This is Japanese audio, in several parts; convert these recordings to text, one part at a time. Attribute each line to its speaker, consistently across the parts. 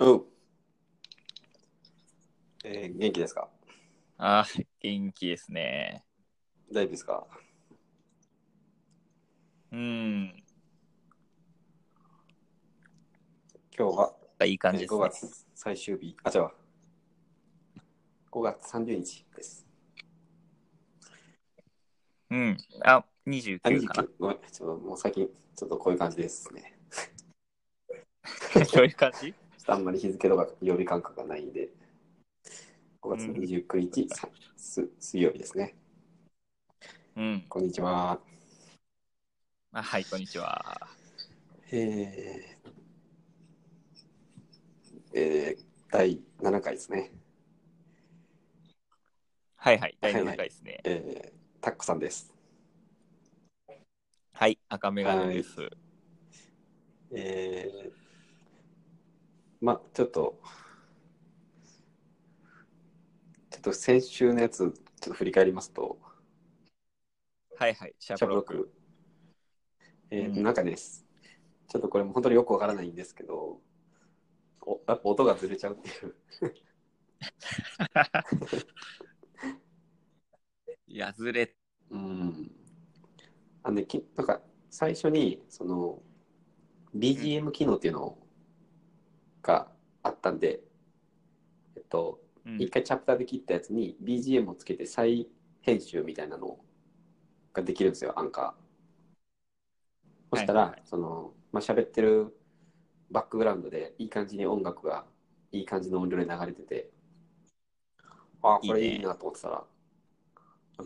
Speaker 1: おえー元気ですか
Speaker 2: あー元気ですね。
Speaker 1: 大丈夫ですか
Speaker 2: うん。
Speaker 1: 今日は、
Speaker 2: いい感じです、
Speaker 1: 5
Speaker 2: ね。
Speaker 1: 月最終日、あ、違うわ。5月30日です。
Speaker 2: うん。あ、
Speaker 1: あ、
Speaker 2: 29か
Speaker 1: 29。ごめん、ちょっともう最近、ちょっとこういう感じですね。
Speaker 2: な。 そういう感じ
Speaker 1: ちょっとあんまり日付とか曜日感覚がないんで、5月29日、さす水曜日ですね。
Speaker 2: うん。
Speaker 1: こんにちは。
Speaker 2: あはい、こんにちは。
Speaker 1: えー、えー、第7回ですね。
Speaker 2: はいはい、
Speaker 1: は
Speaker 2: 第
Speaker 1: いはい
Speaker 2: 7回ですね。
Speaker 1: えー、タックさんです。
Speaker 2: はい、赤メガネです。
Speaker 1: えー、まあちょっと、ちょっと先週のやつ、ちょっと振り返りますと、
Speaker 2: はいはい、シャー
Speaker 1: シャ
Speaker 2: プ
Speaker 1: ープロ
Speaker 2: ロッ
Speaker 1: ッ
Speaker 2: ク。
Speaker 1: ク。えー
Speaker 2: うん
Speaker 1: なんかです。ちょっとこれも本当によくわからないんですけど、おやっぱ音がずれちゃうっていう。
Speaker 2: いや、ずれ。
Speaker 1: うん。あのねきなんか最初に、その、BGM 機能っていうのがあったんで、えっと、
Speaker 2: うん
Speaker 1: 一回チャプターで切ったやつに BGM をつけて再編集みたいなのができるんですよ、アンカー。そしたら、
Speaker 2: はいはい
Speaker 1: その、まあ、喋ってるバックグラウンドでいい感じに音楽がいい感じの音量で流れてて、ああ、これいいなと思ってたら、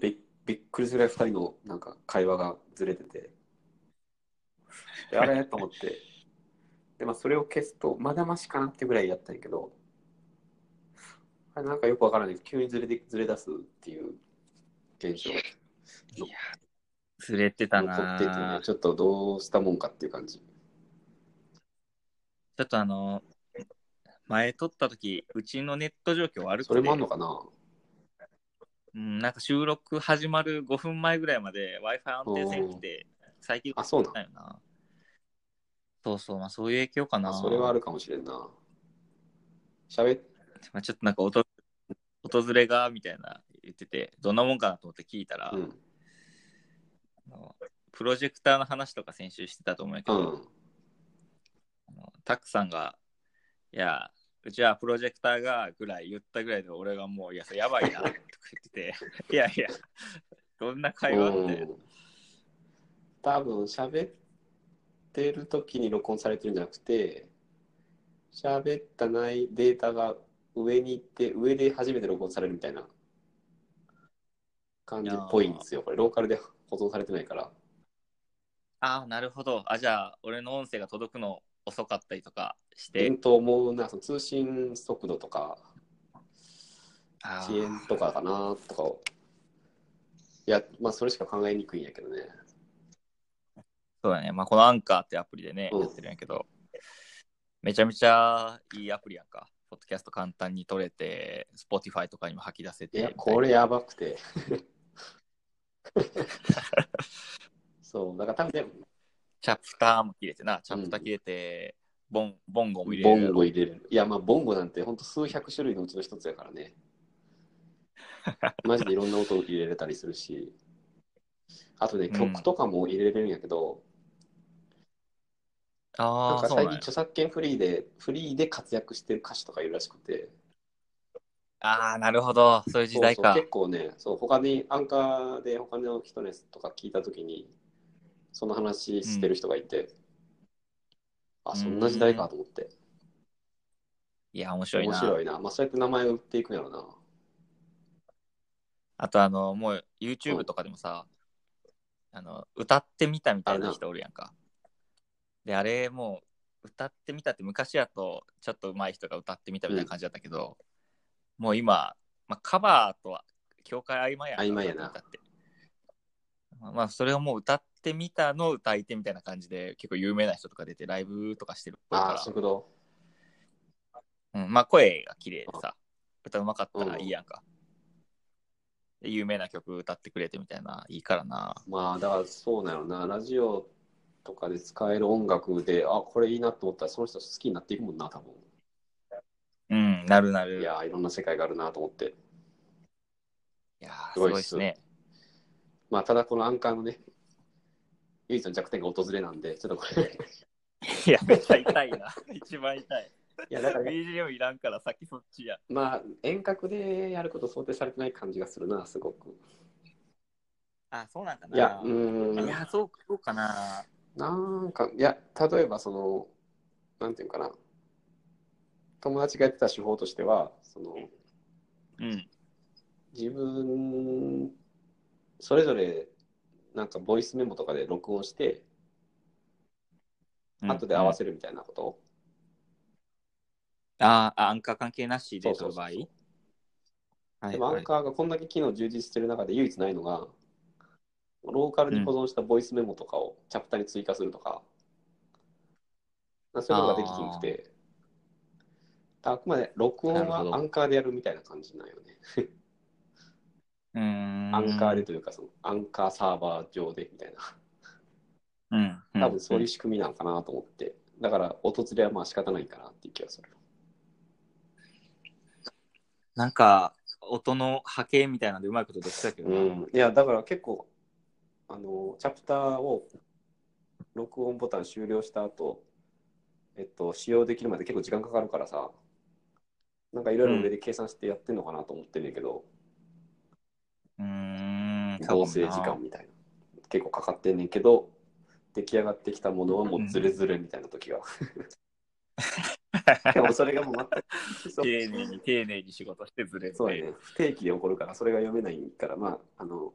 Speaker 1: びびっくりするぐらい2人のなんか会話がずれてて、であれと思って、で、まあ、それを消すと、まだましかなってぐらいやったんやけど、あれなんかよくわからないです急にずれてずれ出すっていう現象
Speaker 2: いや、ずれてた
Speaker 1: 残
Speaker 2: な
Speaker 1: ってて、ね、ちょっとどうしたもんかっていう感じ。
Speaker 2: ちょっとあの、前撮った時、うちのネット状況悪くて。
Speaker 1: それもあんのかな
Speaker 2: うん、なんか収録始まる5分前ぐらいまで Wi-Fi 安定せんくて、最近
Speaker 1: あ、そうなん
Speaker 2: だよな。そうそう、まあそういう影響かな。
Speaker 1: あそれはあるかもしれんな。喋っ
Speaker 2: まあ、ちょっとなんかおと、訪れがみたいな言ってて、どんなもんかなと思って聞いたら、
Speaker 1: うん。
Speaker 2: あのプロジェクターの話とか先週してたと思うんやけ
Speaker 1: う
Speaker 2: ど、
Speaker 1: ん。
Speaker 2: あのタクさんが、いや、うちはプロジェクターがぐらい言ったぐらいで、俺がもう、いや、それやばいなとか言ってて、 いやいや、どんな会話みたいな
Speaker 1: うん多分喋ってる時に録音されてるんじゃなくて喋ったないデータが上に行って上で初めて録音されるみたいな感じっぽいんですよこれローカルで保存されてないから
Speaker 2: ああ、なるほど。あ、じゃあ、俺の音声が届くの遅かったりとかして、
Speaker 1: うんと思うなその通信速度とか
Speaker 2: あ
Speaker 1: 遅延とかかなとかをいやまあそれしか考えにくいんやけどね
Speaker 2: そうだね。まあ、このアンカーってアプリでね、
Speaker 1: うん
Speaker 2: やってるんやけど、めちゃめちゃいいアプリやんか。ポッドキャスト簡単に取れて、Spotify とかにも吐き出せて。
Speaker 1: いや
Speaker 2: みたいな
Speaker 1: これやばくてそうだから多分ね
Speaker 2: チャプターも切れてな、チャプター切れて、ボン、ボンゴも入
Speaker 1: ボ
Speaker 2: れる
Speaker 1: ン
Speaker 2: やろ。
Speaker 1: ゴ入れる。いや、まあ、ボンゴなんて本当数百種類のうちの一つやから ね。マジでいろんな音を入れれたりするし。あとね、
Speaker 2: うん
Speaker 1: 曲とかも入れれるんやけど、な
Speaker 2: あ
Speaker 1: ん
Speaker 2: あ、
Speaker 1: か
Speaker 2: そう
Speaker 1: 最
Speaker 2: な
Speaker 1: 近
Speaker 2: んや。
Speaker 1: 著作権フリーで、フリーで活躍してる歌手とかいるらしくて。
Speaker 2: ああ、なるほど。そういう時代
Speaker 1: そう
Speaker 2: か
Speaker 1: そう。結構ね、そう、他に、アンカーで他の人のやつとか聞いたときに、その話してる人がいて、あ、そんな時代かと思って。
Speaker 2: いや、面白い
Speaker 1: 面
Speaker 2: な。
Speaker 1: 白いな。まあ、そうやって名前を売っていくんやろな。
Speaker 2: あと、あの、もう YouTube とかでもさ、あの、歌ってみたみたいな人おるやんか。で、あれ、もう、歌ってみたって昔やと、ちょっと上手い人が歌ってみたみたいな感じだったけど、もう今、まあ、カバーとは、境界曖昧やんか。
Speaker 1: 曖昧やな
Speaker 2: 歌ってみたって。まあ、それをもう歌ってみたの歌い手みたいな感じで、結構有名な人とか出て、ライブとかしてるっぽい
Speaker 1: あ
Speaker 2: か
Speaker 1: あ、
Speaker 2: ら。
Speaker 1: 食堂。
Speaker 2: うん、まあ声が綺麗でさ、歌うまかったらいいやんか。で有名な曲歌ってくれてみたいな、いいからな。
Speaker 1: まあだからそうなのなラジオとかで使える音楽であこれいいなと思ったらその人好きになっていくもんな多分
Speaker 2: うん、なるないる。いや
Speaker 1: やーいろんな世界があるなと思って
Speaker 2: ー、
Speaker 1: す
Speaker 2: す
Speaker 1: ごい
Speaker 2: ごい
Speaker 1: っ
Speaker 2: ですすね。
Speaker 1: まあただこのアンカーのね唯一の弱点が訪れなんでちょっとこ れ
Speaker 2: いや、めっちゃ痛いな。 一番痛い。
Speaker 1: いやだから、
Speaker 2: BGM いらんから先そっちや。
Speaker 1: まあ遠隔でやること想定されてない感じがするなすごく
Speaker 2: あ、そうなんか
Speaker 1: いやう
Speaker 2: い
Speaker 1: ーん
Speaker 2: や、そうそうかな。
Speaker 1: なんかいや例えばそのなんていうのかな友達がやってた手法としてはその
Speaker 2: うん。
Speaker 1: 自分それぞれなんかボイスメモとかで録音して後で合わせるみたいなこと、
Speaker 2: ああ、アンカー関係なしで
Speaker 1: そ
Speaker 2: 撮
Speaker 1: う
Speaker 2: る
Speaker 1: そう
Speaker 2: 場合
Speaker 1: そうそう
Speaker 2: はい
Speaker 1: でもアンカーがこんだけ機能充実してる中で唯一ないのが、ローカルに保存したボイスメモとかをチャプターに追加するとか、そういうことができひんくて、あくまで録音
Speaker 2: なるほ
Speaker 1: は
Speaker 2: ど
Speaker 1: アンカーでやるみたいな感じなんよね。
Speaker 2: うーん
Speaker 1: アンカーでというか、そのアンカーサーバー上でみたい
Speaker 2: うん。
Speaker 1: な、多分そういう
Speaker 2: う
Speaker 1: 仕組みなんかなと思って、だから、おとつれはまあ仕方ないかなっていう気がする。
Speaker 2: んなんか、音の波形みたいなんでうまいことできたけど
Speaker 1: う
Speaker 2: な。
Speaker 1: ん、いやだから結構あのチャプターを録音ボタン終了した後、えっと使用できるまで結構時間かかるからさなんかいろいろ上で計算してやってんのかなと思ってんねんけど、
Speaker 2: うーん。
Speaker 1: 合成時間みたいな結構かかってんねんけど出来上がってきたものはもうズレズレみたいな時 が、 でもそれがもう全く
Speaker 2: 丁寧に丁寧に仕事してずれて。
Speaker 1: そうやね不定期で起こるからそれが読めないからまああの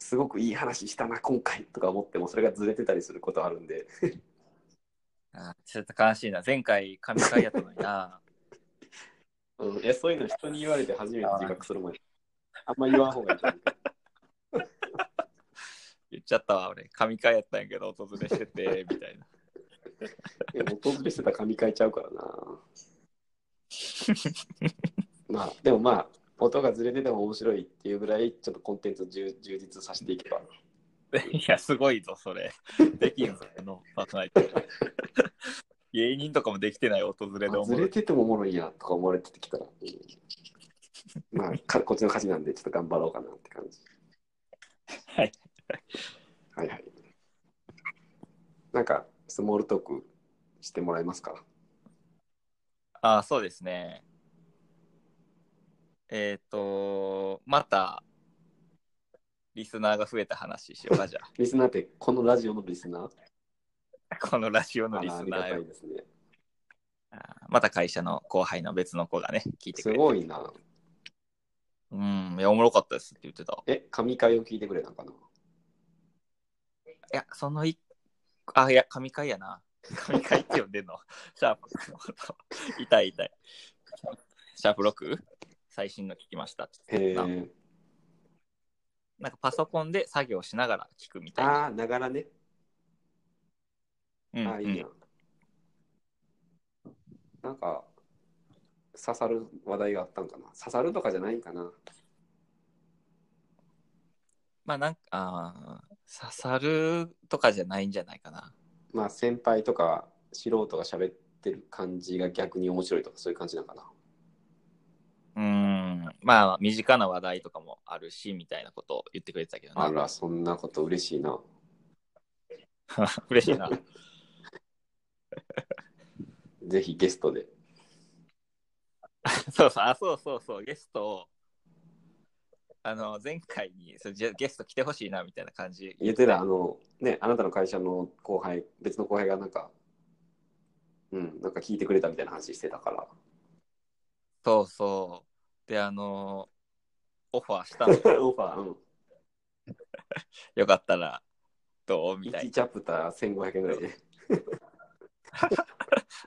Speaker 1: すごくいい話したな今回とか思ってもそれがずれてたりすることあるんで
Speaker 2: あちょっと悲しいな。前回、神回やったの にな。
Speaker 1: うん、いやそういうの人に言われて初めて自覚するもん。あんま言わん方がいいと思う。
Speaker 2: 言っちゃったわ、俺。神回やったんやけど、訪れし てて、みたいな。
Speaker 1: いや元ずしてたら髪変えちゃうからな。 まあでもまあ音がずれてても面白いっていうぐらいちょっとコンテンツを充充実させていけば。
Speaker 2: いや、すごいぞ、それ。できんぞ、このパーソナリティ。 芸人とかもできてない訪れで
Speaker 1: あ
Speaker 2: 思
Speaker 1: ずれ
Speaker 2: う。
Speaker 1: ててもおもろいやとか思われてきたら、うんまあかこっちの勝ちなんでちょっと頑張ろうかなって感じ。
Speaker 2: はい。
Speaker 1: はいはい。なんかスモールトークしてもらえますか
Speaker 2: あそうですね。えっ、と、また、リスナーが増えた話しようか、じゃ
Speaker 1: リスナーってこのラジオのリスナー
Speaker 2: あ。このラジオ
Speaker 1: あ
Speaker 2: のリス
Speaker 1: らありが
Speaker 2: ナー
Speaker 1: た
Speaker 2: よ
Speaker 1: いですね。
Speaker 2: あーまた会社の後輩の別の子がね、聞いてく
Speaker 1: す
Speaker 2: れて。
Speaker 1: ごいな。
Speaker 2: うん、いや、おもろかったですって言ってた。
Speaker 1: え、神回を聞いてくれたのかない
Speaker 2: や、その一、あ、いや、神回やな。 神回って呼んでんの。 シャープのこと。痛い痛い。シャープ 6? 最新の聞きましたって言って
Speaker 1: へ
Speaker 2: たな。
Speaker 1: え。
Speaker 2: なんかパソコンで作業しながら聞くみたいな。
Speaker 1: ああ、ながらね。
Speaker 2: うん
Speaker 1: ああ、いいな。なんか、刺さる話題があったんかな。刺さるとかじゃないんかな。
Speaker 2: まあなんか、あー刺さるとかじゃないんじゃないかな。
Speaker 1: まあ、先輩とか素人が喋ってる感じが逆に面白いとか、そういう感じなんかな。
Speaker 2: うーん、まあ身近な話題とかもあるし、みたいなことを言ってくれてたけど
Speaker 1: あ
Speaker 2: な。
Speaker 1: ら、そんなこと嬉しいな。
Speaker 2: 嬉しいな。
Speaker 1: ぜひゲストで。
Speaker 2: そうそう、あ、そうそうそう、ゲストを、あの、前回にそうじゃゲスト来てほしいな、みたいな感じ。
Speaker 1: 言ってた、あの、ね、あなたの会社の後輩、別の後輩がなんか、うん、なんか聞いてくれたみたいな話してたから。
Speaker 2: そうそう。で、あの、 オファー したの
Speaker 1: オファー、うん。
Speaker 2: よかったら、どうみたい
Speaker 1: 1
Speaker 2: な。
Speaker 1: チャプター1500円ぐらいで。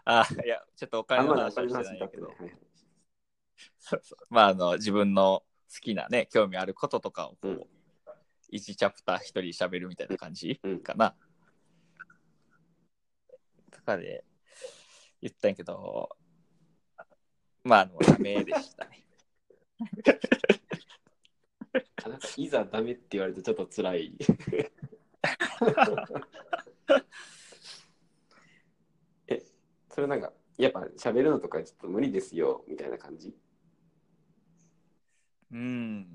Speaker 2: あ、いや、ちょっとお
Speaker 1: あ
Speaker 2: 金
Speaker 1: ま
Speaker 2: の
Speaker 1: だ
Speaker 2: 話
Speaker 1: 赤
Speaker 2: は
Speaker 1: 字の
Speaker 2: してな
Speaker 1: 話だ
Speaker 2: い
Speaker 1: け
Speaker 2: け
Speaker 1: ど。
Speaker 2: ど。
Speaker 1: はいはい
Speaker 2: そうそうまあ、あの、自分の好きなね、興味あることとかを、こう
Speaker 1: うん
Speaker 2: 1チャプター1人喋るみたいな感じ
Speaker 1: うん
Speaker 2: かな。とかで言ったんやけど、まあ、あの、ダメでしたね。
Speaker 1: あなんかいざダメって言われてちょっと辛い。 え、それなんかやっぱ喋るのとかちょっと無理ですよ、みたいな感じ。
Speaker 2: うん。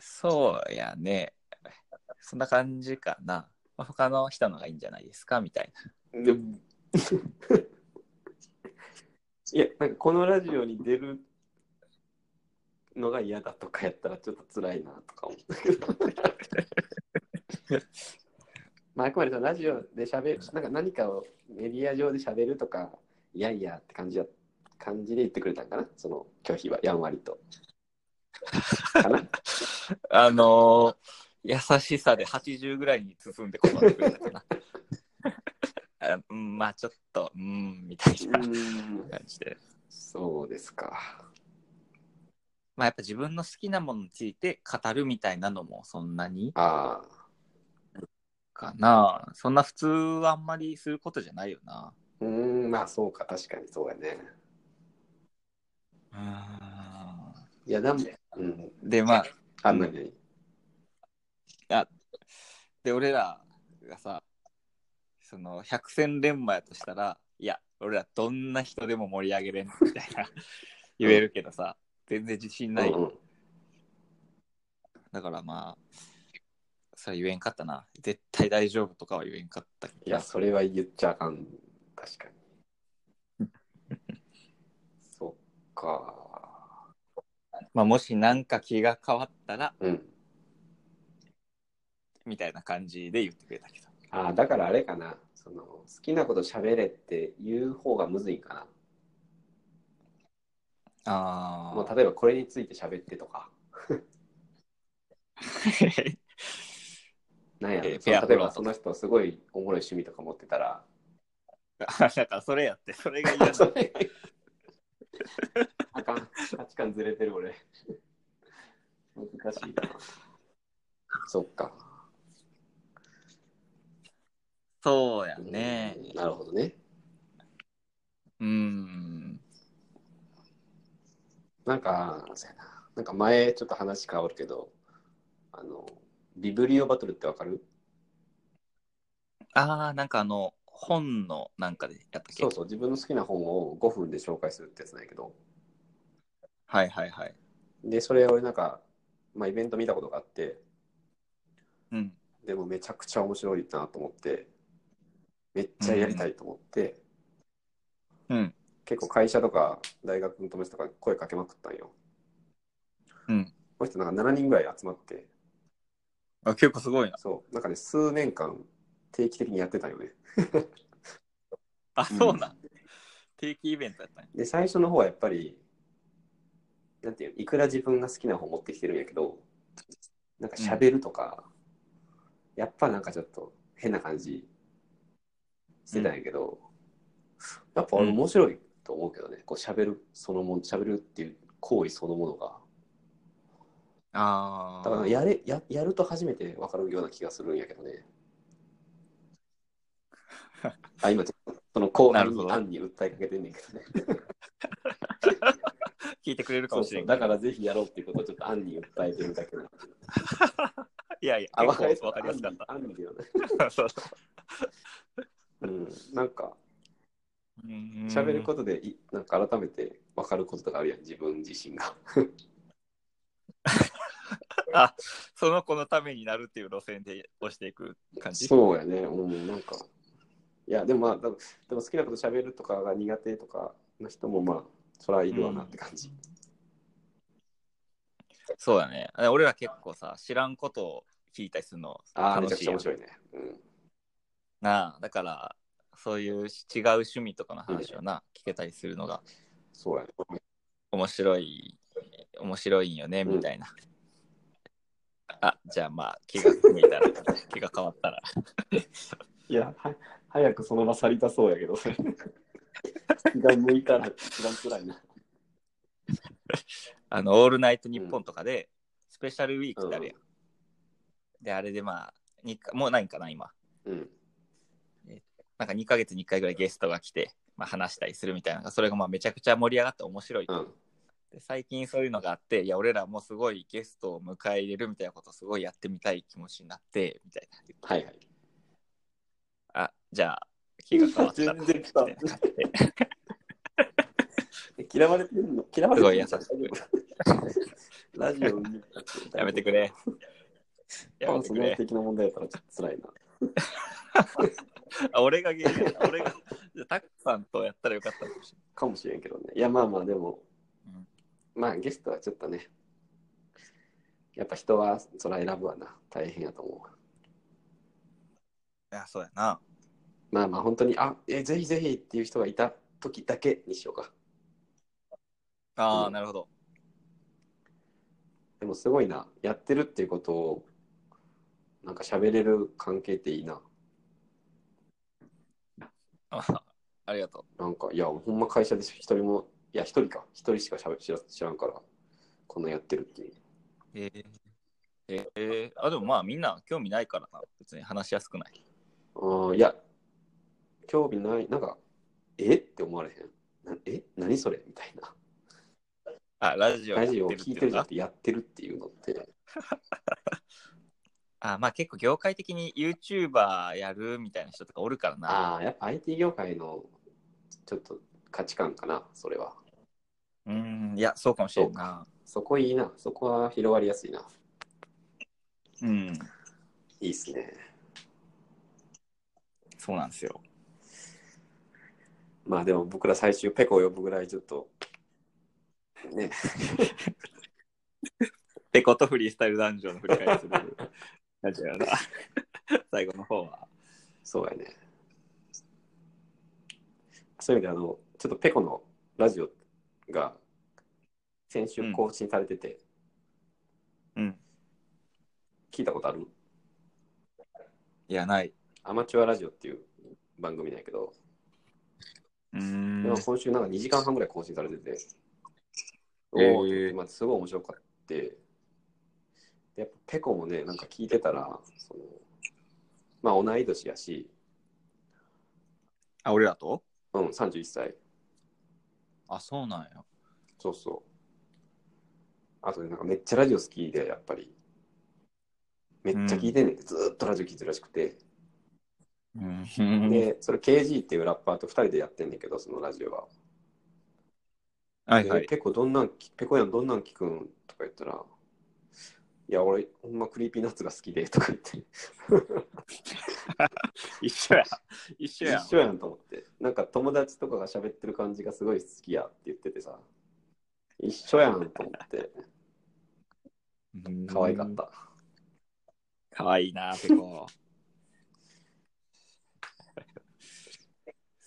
Speaker 2: そうやね。そんな感じかな。まあ、他の人のがいいんじゃないですかみたいな。
Speaker 1: で いや、なんかこのラジオに出るのが嫌だとかやったらちょっと辛いなとか思う。 まあ、あくまでそのラジオで喋る、なんか何かをメディア上で喋るとか、いやいやって感じや感じで言ってくれたんかな、その拒否は、やんわりと。かな
Speaker 2: あのー優しさで80ぐらいに包んで断ってくれたかな。あうんまあちょっと、うん、みたいな感
Speaker 1: ん、
Speaker 2: じで。
Speaker 1: そうですか。
Speaker 2: まあやっぱ自分の好きなものについて語るみたいなのもそんなに
Speaker 1: ああ、
Speaker 2: かな。そんな普通はあんまりすることじゃないよな。
Speaker 1: うーん、まあそうか、確かにそうやね。
Speaker 2: う
Speaker 1: いや、でも、うん、
Speaker 2: ん。でまあ、
Speaker 1: あんなに。
Speaker 2: で俺らがさその百戦錬磨やとしたらいや俺らどんな人でも盛り上げれんみたいな言えるけどさ全然自信ない、
Speaker 1: うんうん
Speaker 2: だからまあそれは言えんかったな絶対大丈夫とかは言えんかったけど
Speaker 1: いや、それは言っちゃあかん。確かに。 そっか。
Speaker 2: まあ、もしなんか気が変わったら
Speaker 1: うん。
Speaker 2: みたいな感じで言ってくれたけど
Speaker 1: ああ、だからあれかな。その、好きなこと喋れって言う方がむずいかな。
Speaker 2: あ
Speaker 1: もう例えばこれについて喋ってとか。 なんやろ、
Speaker 2: えー
Speaker 1: その
Speaker 2: ペア
Speaker 1: 例え
Speaker 2: プロ
Speaker 1: ば
Speaker 2: と
Speaker 1: その人すごいおもろい趣味とか持ってた ら。
Speaker 2: あだからそれやってそれが嫌 な
Speaker 1: あかん。価値観ずれてる俺。難しいな。そっか。
Speaker 2: そうやね
Speaker 1: うんなるほどね。
Speaker 2: うん
Speaker 1: なんか、そうやななんか前ちょっと話変わるけど、あの、ビブリオバトルってわかる
Speaker 2: ああ、なんかあの、本のなんかでやったっけ
Speaker 1: そうそう、自分の好きな本を5分で紹介するってやつなんやけど、
Speaker 2: はいはいはい。
Speaker 1: で、それ俺なんか、まあイベント見たことがあって、
Speaker 2: うん。
Speaker 1: でもめちゃくちゃ面白いなと思って、めっちゃやりたいと思って、
Speaker 2: うん。
Speaker 1: 結構会社とか大学の友達とかに声かけまくったんよ。
Speaker 2: うん。
Speaker 1: この人なんか7人ぐらい集まって、
Speaker 2: あ、結構すごいな。
Speaker 1: そう、なんかね、数年間定期的にやってたんよね。
Speaker 2: あ、そうなん。定期イベントやったね。
Speaker 1: で最初の方はやっぱりなんていういくら自分が好きな方持ってきてるんやけどなんか喋るとか、やっぱなんかちょっと変な感じしてたんやけど、やっぱ俺面白いと思うけどね、こう喋るそのもの喋るっていう行為そのものが
Speaker 2: あ
Speaker 1: だから
Speaker 2: あ。
Speaker 1: やれややると初めて分かるような気がするんやけど ねあ今ちょっとその後
Speaker 2: な
Speaker 1: 半
Speaker 2: るほ
Speaker 1: に
Speaker 2: ど
Speaker 1: 案に訴えかけてんねんけどね
Speaker 2: 聞いてくれるか
Speaker 1: そ
Speaker 2: も
Speaker 1: う
Speaker 2: し
Speaker 1: そ
Speaker 2: れ
Speaker 1: うんだ
Speaker 2: け
Speaker 1: からぜひやろうっていうことをちょっと案に訴えてるだけ な
Speaker 2: ど。いやいや、
Speaker 1: あ、
Speaker 2: 結
Speaker 1: わか
Speaker 2: 構
Speaker 1: りやす
Speaker 2: わかりやすかっ
Speaker 1: 案に案にだよね。
Speaker 2: た。そうそ
Speaker 1: うん。なんか、
Speaker 2: う。うん
Speaker 1: 喋ることでい、なんか改めて分かることとかあるやん、自分自身 が。
Speaker 2: あ、その子のためになるっていう路線で押していく感じ。
Speaker 1: そうやね。うん、なんか。いや、でもまあ、でもでも好きなこと喋るとかが苦手とかの人もまあ、そらいるわなって感じ。
Speaker 2: そうだね。あ俺ら結構さ、知らんことを聞いたりするの
Speaker 1: ああ、め
Speaker 2: 楽
Speaker 1: ちゃく
Speaker 2: しい
Speaker 1: ちゃ
Speaker 2: や
Speaker 1: 面白い
Speaker 2: ん
Speaker 1: ね。うん。
Speaker 2: なあ。だから、そういう違う趣味とかの話をな、聞けたりするのが
Speaker 1: そうやね。
Speaker 2: 面白い面白いんよね
Speaker 1: うん
Speaker 2: みたいな、あじゃあまあ気が向いたら 気が変わったら
Speaker 1: いや、は早くその場去りたそうや けど、それ気が向いたら一番辛いな。
Speaker 2: あの「オールナイトニッポン」とかで、スペシャルウィークってあるやん、であれでまあにもうないんかな今
Speaker 1: うん。
Speaker 2: なんか2ヶ月に1回ぐらいゲストが来て、まあ、話したりするみたいなのがそれがまあめちゃくちゃ盛り上がって面白い、
Speaker 1: うん。
Speaker 2: で最近そういうのがあっていや俺らもすごいゲストを迎え入れるみたいなことをすごいやってみたい気持ちになってみたいな
Speaker 1: はいはい。
Speaker 2: あじゃあ気が変わったら
Speaker 1: 全然来た
Speaker 2: みたいな感じで
Speaker 1: 嫌われてるの嫌われ
Speaker 2: すご
Speaker 1: て
Speaker 2: い
Speaker 1: る
Speaker 2: 優
Speaker 1: の
Speaker 2: しく
Speaker 1: ラジオに
Speaker 2: やめてくれ。や
Speaker 1: パ
Speaker 2: め
Speaker 1: ー
Speaker 2: て
Speaker 1: ソ
Speaker 2: く
Speaker 1: ナリ
Speaker 2: れ
Speaker 1: テ。ィ的な問題やったらちょっと辛いな。
Speaker 2: あ俺が原因だ俺が、じゃあタックさんとやったらよかったかもし
Speaker 1: かもしれんけどね。いや、まあまあ、でも、
Speaker 2: うん
Speaker 1: まあゲストはちょっとね、やっぱ人はそら選ぶわな。大変やと思うわ。
Speaker 2: れない。いや、そうやな。
Speaker 1: まあまあ、本当に、あ、え、ぜひぜひっていう人がいた時だけにしようか。
Speaker 2: ああ、
Speaker 1: うん
Speaker 2: なるほど。
Speaker 1: でもすごいな。やってるっていうことを、なんか喋れる関係っていいな。
Speaker 2: あありがと
Speaker 1: なんか、いや、ほんま会社で一人も、いや、一人か。一人しかしゃべ知ら知らんから、こんなやってるっていう。
Speaker 2: う。えーえーあでもまあみんな興味ないからな別に話しやすくない
Speaker 1: ああ、いや、興味ない、なんか、えって思われへん。なえ何それみたいな。
Speaker 2: あラジオや
Speaker 1: ラ
Speaker 2: って
Speaker 1: ジ
Speaker 2: る
Speaker 1: オを
Speaker 2: って
Speaker 1: 聞い
Speaker 2: い
Speaker 1: てる
Speaker 2: う
Speaker 1: じゃな
Speaker 2: な
Speaker 1: くて、やってるっていうのって。
Speaker 2: あまあ結構業界的に YouTuber やるみたいな人とかおるからな
Speaker 1: ああ、やっぱ IT 業界のちょっと価値観かな、それは。
Speaker 2: うんいやそうかもしれんな
Speaker 1: そこいいな、そこは広がりやすいな。
Speaker 2: うん
Speaker 1: いいっすね。
Speaker 2: そうなんですよ
Speaker 1: まあでも僕ら最終ペコを呼ぶぐらいちょっと、ね、
Speaker 2: ペコとフリースタイルダンジョンの振り返りする ラジオやな最後の方は
Speaker 1: そうやね。そういう意味で、あの、ちょっとペコのラジオが先週更新されてて、
Speaker 2: うん
Speaker 1: 聞いたことある
Speaker 2: いやない
Speaker 1: アマチュアラジオっていう番組なんやけど、
Speaker 2: う
Speaker 1: で
Speaker 2: ん
Speaker 1: も今週なんか2時間半ぐらい更新されてて、
Speaker 2: へえ
Speaker 1: おお、まあ、すごい面白かった。で、やっぱペコもね、なんか聞いてたら、そのまあ同い年やし、
Speaker 2: あ俺らと
Speaker 1: うん、31歳。
Speaker 2: あそうなんや
Speaker 1: そうそう。あとね、なんかめっちゃラジオ好きで、やっぱり。めっちゃ聞いてんねんって、ずーっとラジオ聞いてるらしくて。
Speaker 2: うん
Speaker 1: で、それ KG っていうラッパーと2人でやってんねんけど、そのラジオは。
Speaker 2: はいはい
Speaker 1: でペコどんなん聞ペコやんどんなん聞くんとか言ったら、いや、俺、ほんまクリーピーナッツが好きでとか言って、
Speaker 2: 一緒や一緒や
Speaker 1: 一緒やんと思って、なんか友達とかが喋ってる感じがすごい好きやって言っててさ、一緒やんと思って、可愛かった。
Speaker 2: かわいい な、ペコ。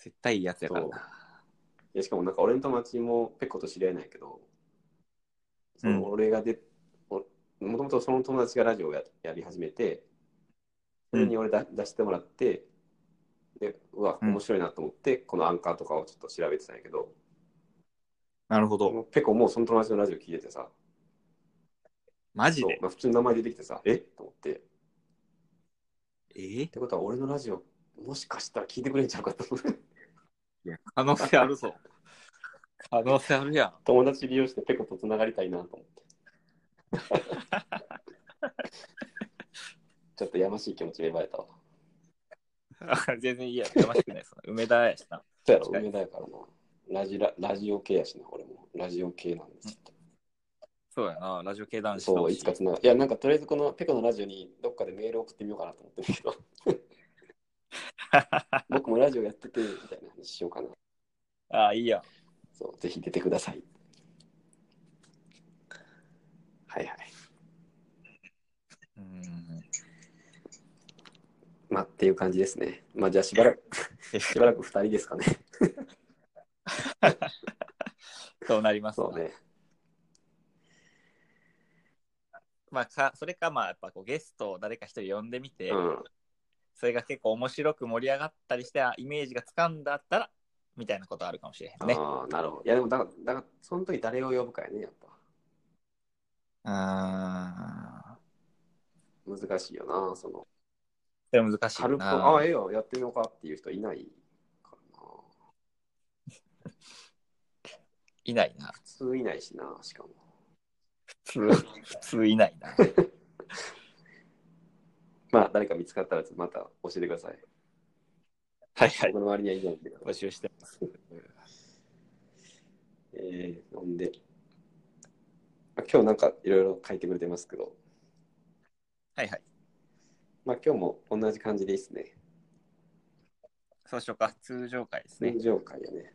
Speaker 2: 絶対いいやつやから
Speaker 1: そう
Speaker 2: な。
Speaker 1: いやしかもなんか俺の友達もペコと知り合いないけど、その俺がで、もともとその友達がラジオをややり始めて、それに俺だ、出してもらって、で、うわ、
Speaker 2: うん
Speaker 1: 面白いなと思って、このアンカーとかをちょっと調べてたんやけど、
Speaker 2: なるほど。
Speaker 1: ペコもうその友達のラジオ聞いててさ、
Speaker 2: マジ
Speaker 1: そう
Speaker 2: で
Speaker 1: まあ、普通の名前出てきてさ、えと思って。っ
Speaker 2: え
Speaker 1: てことは俺のラジオ、もしかしたら聞いてくれんちゃうかと思って。
Speaker 2: 可能性あるぞ。可能性あるやん。
Speaker 1: 友達利用してペコと繋がりたいなと 思って。ちょっとやましい気持ち芽生えたわ。
Speaker 2: 全然いいやつ。やましくない。その梅田やしな。
Speaker 1: そうやろ、
Speaker 2: 確かに
Speaker 1: 梅田やからな。ラジララジオ系やしな、俺も。ラジオ系なんです。
Speaker 2: そうやな。ラジオ系男子
Speaker 1: そう、いつかつながいや、なんかとりあえずこのペコのラジオにどっかでメール送ってみようかなと思ってるけ ど、僕もラジオやってて、みたいな話しようかな。
Speaker 2: ああ、いいやん。
Speaker 1: そう、ぜひ出てください。はいはい。
Speaker 2: うん。
Speaker 1: まあ、っていう感じですね。まあ、じゃあしばらく、しばらく2人ですかね。
Speaker 2: そうなりますな
Speaker 1: そうね。
Speaker 2: まあか、それか、まあ、やっぱこうゲストを誰か一人呼んでみて、
Speaker 1: うん。
Speaker 2: それが結構面白く盛り上がったりして、あイメージがつかんだったら、みたいなことあるかもしれへんね。
Speaker 1: ああ、なるほど。いや、でもだから、だから、その時誰を呼ぶかやね、やっぱ。
Speaker 2: ああ。
Speaker 1: 難しいよな、その。
Speaker 2: それ難しいよ
Speaker 1: 軽く、
Speaker 2: な。
Speaker 1: ああ、ええよ、やってみようかっていう人いないからな。
Speaker 2: いないな。
Speaker 1: 普通いないしな、しかも。
Speaker 2: 普通、普通い ないな。
Speaker 1: まあ、誰か見つかったら、また教えてください。
Speaker 2: はいはい。
Speaker 1: 僕の周りにはいないんで。
Speaker 2: 募集してます。
Speaker 1: えー、ほんで、まあ今日なんかいろいろ書いてくれてますけど、
Speaker 2: はいはい。
Speaker 1: まあ今日も同じ感じでいいっすね。
Speaker 2: そうしようか。通常回ですね
Speaker 1: 通。常会やね。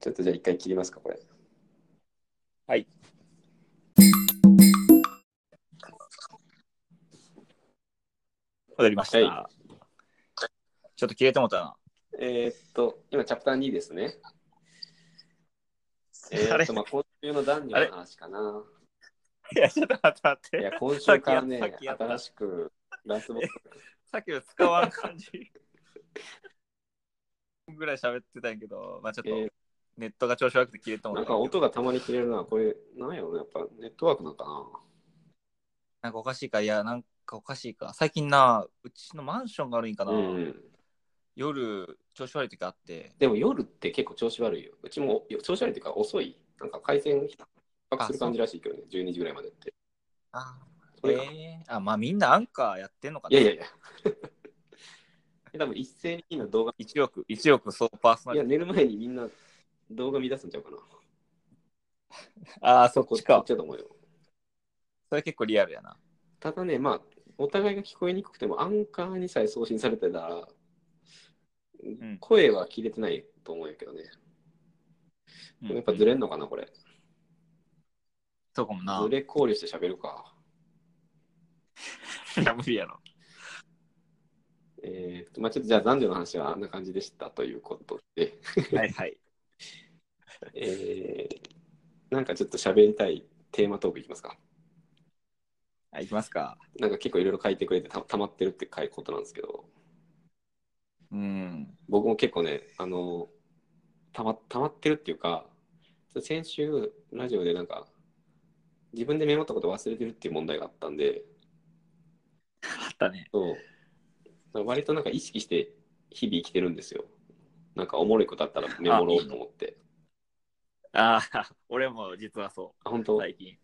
Speaker 1: ちょっとじゃあ一回切りますか、これ。
Speaker 2: はい。戻りました。
Speaker 1: は
Speaker 2: ちょっと切れてもうたな。
Speaker 1: えーっと、今、チャプター2ですね。え ー
Speaker 2: あ
Speaker 1: っ
Speaker 2: れ
Speaker 1: と、まあ、今週の男女の話かな。
Speaker 2: いや、ちょっと待って待っ
Speaker 1: いや
Speaker 2: て。、
Speaker 1: 今週からね
Speaker 2: さっきや、った
Speaker 1: 新しくラスボス、
Speaker 2: さっきの使わん感じ。ぐらい喋ってたんやけど、まあちょっ
Speaker 1: えー
Speaker 2: とネットが調子悪くて切れてもう
Speaker 1: な
Speaker 2: た
Speaker 1: ん
Speaker 2: んやけ
Speaker 1: か音
Speaker 2: ど
Speaker 1: がたまに切れるのは、これ、なんやろうね、やっぱネットワークなんかな。
Speaker 2: なんかおかしいか、いや、なんかおかしいか。最近な、うちのマンションが悪いんかな。
Speaker 1: うん、
Speaker 2: 夜、調子悪い時あって。
Speaker 1: でも夜って結構調子悪いよ。うちもいや調子悪いっていうか遅い。なんか回線ひっ迫する感じらしいけどね、12時ぐらいまでって。
Speaker 2: あ
Speaker 1: それが
Speaker 2: えーあ、まあみんなアンカーやってんのか
Speaker 1: い
Speaker 2: な。
Speaker 1: やいやい や。え多分一斉に今動画、
Speaker 2: 1億、一億総パーソナ
Speaker 1: い
Speaker 2: リ
Speaker 1: や
Speaker 2: テ
Speaker 1: 寝る前にみんな動画見出すんちゃうかな。
Speaker 2: ィ。ああ、そ
Speaker 1: こ
Speaker 2: っ
Speaker 1: っ
Speaker 2: ち
Speaker 1: ちこ
Speaker 2: か
Speaker 1: っ。ちだと思うよ。
Speaker 2: それ結構リアルやな。
Speaker 1: ただね、まあ、お互いが聞こえにくくても、アンカーにさえ送信されてたら、
Speaker 2: ん
Speaker 1: 声は切れてないと思うんやけどね。
Speaker 2: うん
Speaker 1: やっぱずれんのかな、これ。
Speaker 2: そうかもな
Speaker 1: ず。れ考慮して喋るか。
Speaker 2: いや、無理やろ。
Speaker 1: えーとまあ、ちょっとじゃあ男女の話はあんな感じでしたということで、
Speaker 2: はいはい。
Speaker 1: えーなんかちょっと喋りたいテーマトークいきますか。
Speaker 2: はい、いきますか。
Speaker 1: なんか結構いろいろ書いてくれてた溜まってるって書いことなんですけど、
Speaker 2: うん。
Speaker 1: 僕も結構ね、あの、たま溜まってるっていうか、先週ラジオでなんか、自分でメモったこと忘れてるっていう問題があったんで、
Speaker 2: あったね。
Speaker 1: そう割となんか意識して日々生きてるんですよ。なんかおもろいことあったらメモろうと思って。
Speaker 2: ああ、 俺も実はそ
Speaker 1: あ、本
Speaker 2: う、
Speaker 1: 当。
Speaker 2: 最近。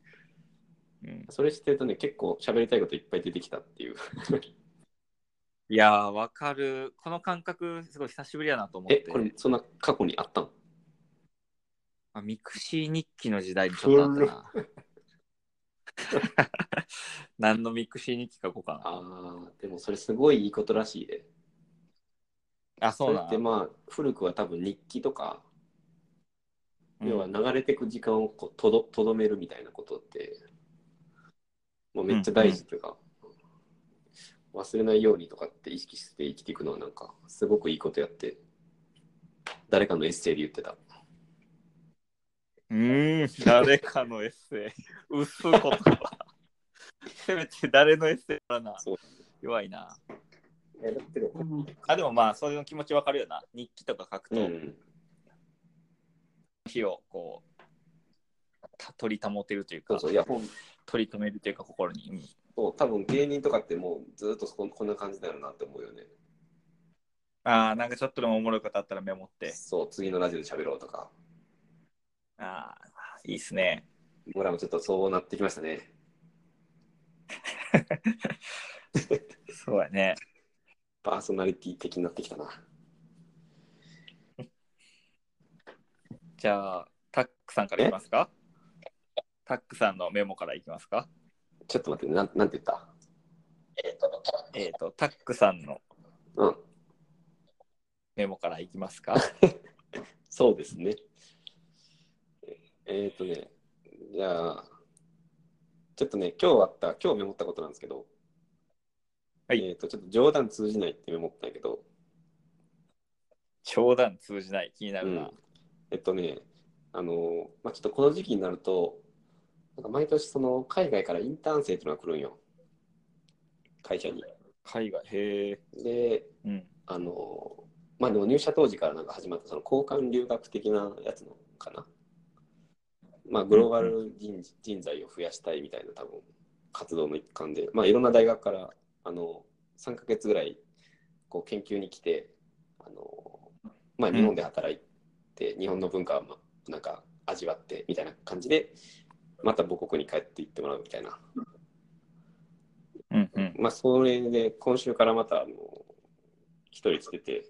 Speaker 2: うん、
Speaker 1: それしてるとね、結構喋りたいこといっぱい出てきたっていう。
Speaker 2: いやー、わかる。この感覚、すごい久しぶりやなと思っ
Speaker 1: え、
Speaker 2: て。
Speaker 1: これ、そんな過去にあったの
Speaker 2: あミクシー日記の時代にちょっとあったな。何のミクシー日記かこうかな。
Speaker 1: ああ、でもそれすごいいいことらしいで。
Speaker 2: あ、そう
Speaker 1: れ
Speaker 2: な
Speaker 1: って
Speaker 2: んだ。
Speaker 1: まあ、古くは多分日記とか、
Speaker 2: うん
Speaker 1: 要は流れてく時間をこうとどとどめるみたいなことって、もうめっちゃ大事というか、忘れないようにとかって意識して生きていくのはなんか、すごくいいことやって、誰かのエッセイで言ってた。
Speaker 2: うーん、誰かのエッセイ。薄い言葉。せめて誰のエッセイだな
Speaker 1: そう。
Speaker 2: 弱いな。
Speaker 1: やってる
Speaker 2: あ、でもまあ、そういう気持ちわかるよな。日記とか書く
Speaker 1: う
Speaker 2: と、
Speaker 1: ん。
Speaker 2: 火をこう、た取り保てるという
Speaker 1: そ
Speaker 2: か
Speaker 1: う、そう。いや、本
Speaker 2: 取り留めるというか、心に。うん
Speaker 1: そう、多分芸人とかってもうずっとそここんな感じだよなって思うよね。
Speaker 2: ああ、なんかちょっとでもおもろいことあったらメモって。
Speaker 1: そう、次のラジオで喋ろうとか。
Speaker 2: ああ、いいっすね。
Speaker 1: 俺らもちょっとそうなってきましたね。
Speaker 2: そうやね。
Speaker 1: パーソナリティ的になってきたな。
Speaker 2: じゃあ、タックさんからいきますかタックさんのメモからいきますか
Speaker 1: ちょっと待って、なんなんて言った
Speaker 2: えっ、と、タックさんの
Speaker 1: うん、
Speaker 2: メモからいきま すか
Speaker 1: そうですね。えっ、えーとね、じゃあ、ちょっとね、今日あった、今日メモったことなんですけど、
Speaker 2: はい
Speaker 1: えっ、と、ちょっと冗談通じないってメモったんやけど、
Speaker 2: 冗談通じない、気になるな。
Speaker 1: うんえっとね、あの、まあ、ちょっとこの時期になると、なんか毎年その海外からインターン生っていうのが来るんよ。会社に。
Speaker 2: 海外、へえ。
Speaker 1: で、
Speaker 2: うん。
Speaker 1: あの、まあでも入社当時からなんか始まったその交換留学的なやつのかな。まあグローバル人事人材を増やしたいみたいな多分活動の一環で、まあいろんな大学からあの3ヶ月ぐらいこう研究に来て、あの、まあ日本で働いて、日本の文化をまなんか味わってみたいな感じで、また母国に帰っていってもらうみたいな。
Speaker 2: うんうん。
Speaker 1: まあそれで今週からまたあの一人来てて、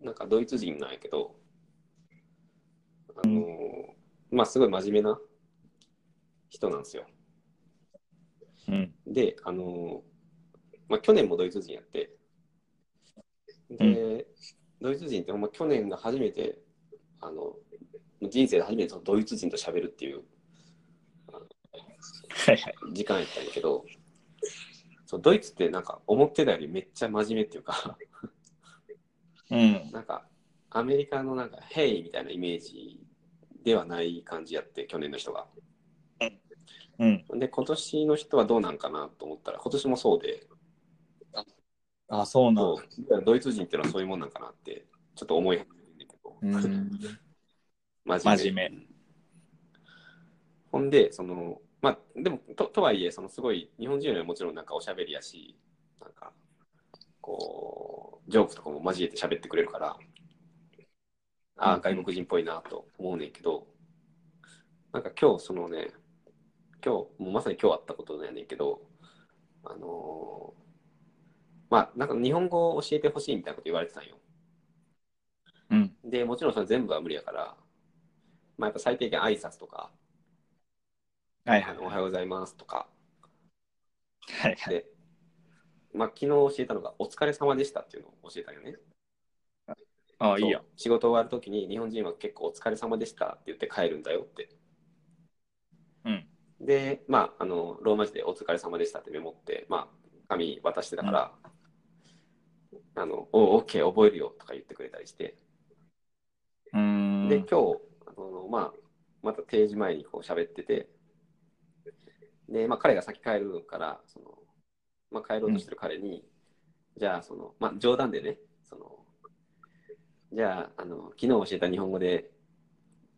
Speaker 1: なんかドイツ人なんやけど、あのーまあすごい真面目な人なんですよ。
Speaker 2: うん。
Speaker 1: で、あのーまあ去年もドイツ人やって、で、ドイツ人ってほんま去年が初めて、あの、人生で初めてそのドイツ人と喋るっていう
Speaker 2: はいはい。
Speaker 1: 時間やったんやけど、そうドイツってなんか思ってたよりめっちゃ真面目っていうか、
Speaker 2: うん。
Speaker 1: なんかアメリカのなんか「ヘイ」みたいなイメージではない感じやって去年の人が。
Speaker 2: うん。
Speaker 1: で今年の人はどうなんかなと思ったら今年もそうで
Speaker 2: あ、そうなん
Speaker 1: そうドイツ人ってのはそういうもんなんかなってちょっと思い始めてんだけど、
Speaker 2: うん。
Speaker 1: 真
Speaker 2: 真面
Speaker 1: 目。ほんでそのまあでもととはいえそのすごい日本人よりはもちろんなんかおしゃべりやしなんかこうジョークとかも交えて喋ってくれるからあ
Speaker 2: う
Speaker 1: あ
Speaker 2: ん
Speaker 1: 外国人っぽいなと思うねんけどなんか今日そのね今日もうまさに今日あったことなんやねんけどあのーまあなんか日本語を教えてほしいみたいなこと言われてたんよ。
Speaker 2: うん。
Speaker 1: でもちろんそれ全部は無理やから、まあ、やっぱ最低限挨拶とか、
Speaker 2: はいは
Speaker 1: あ
Speaker 2: い。
Speaker 1: のおはようございますとか
Speaker 2: はいはい。
Speaker 1: で、まあ、昨日教えたのが「お疲れ様でした」っていうのを教えたよね。
Speaker 2: あ、い
Speaker 1: そう
Speaker 2: いよ。
Speaker 1: 仕事終わるときに日本人は結構「お疲れ様でした」って言って帰るんだよって。
Speaker 2: うん。
Speaker 1: で、まあ、あのローマ字で「お疲れ様でした」ってメモって、まあ、紙渡してたから「あのおう OK 覚えるよ」とか言ってくれたりして。
Speaker 2: うーん。
Speaker 1: で今日あの、まあ、また定時前にこう喋っててで、まあ、彼が先帰るからその、まあ、帰ろうとしてる彼に、じゃあその、まあ、冗談でねそのじゃああの昨日教えた日本語で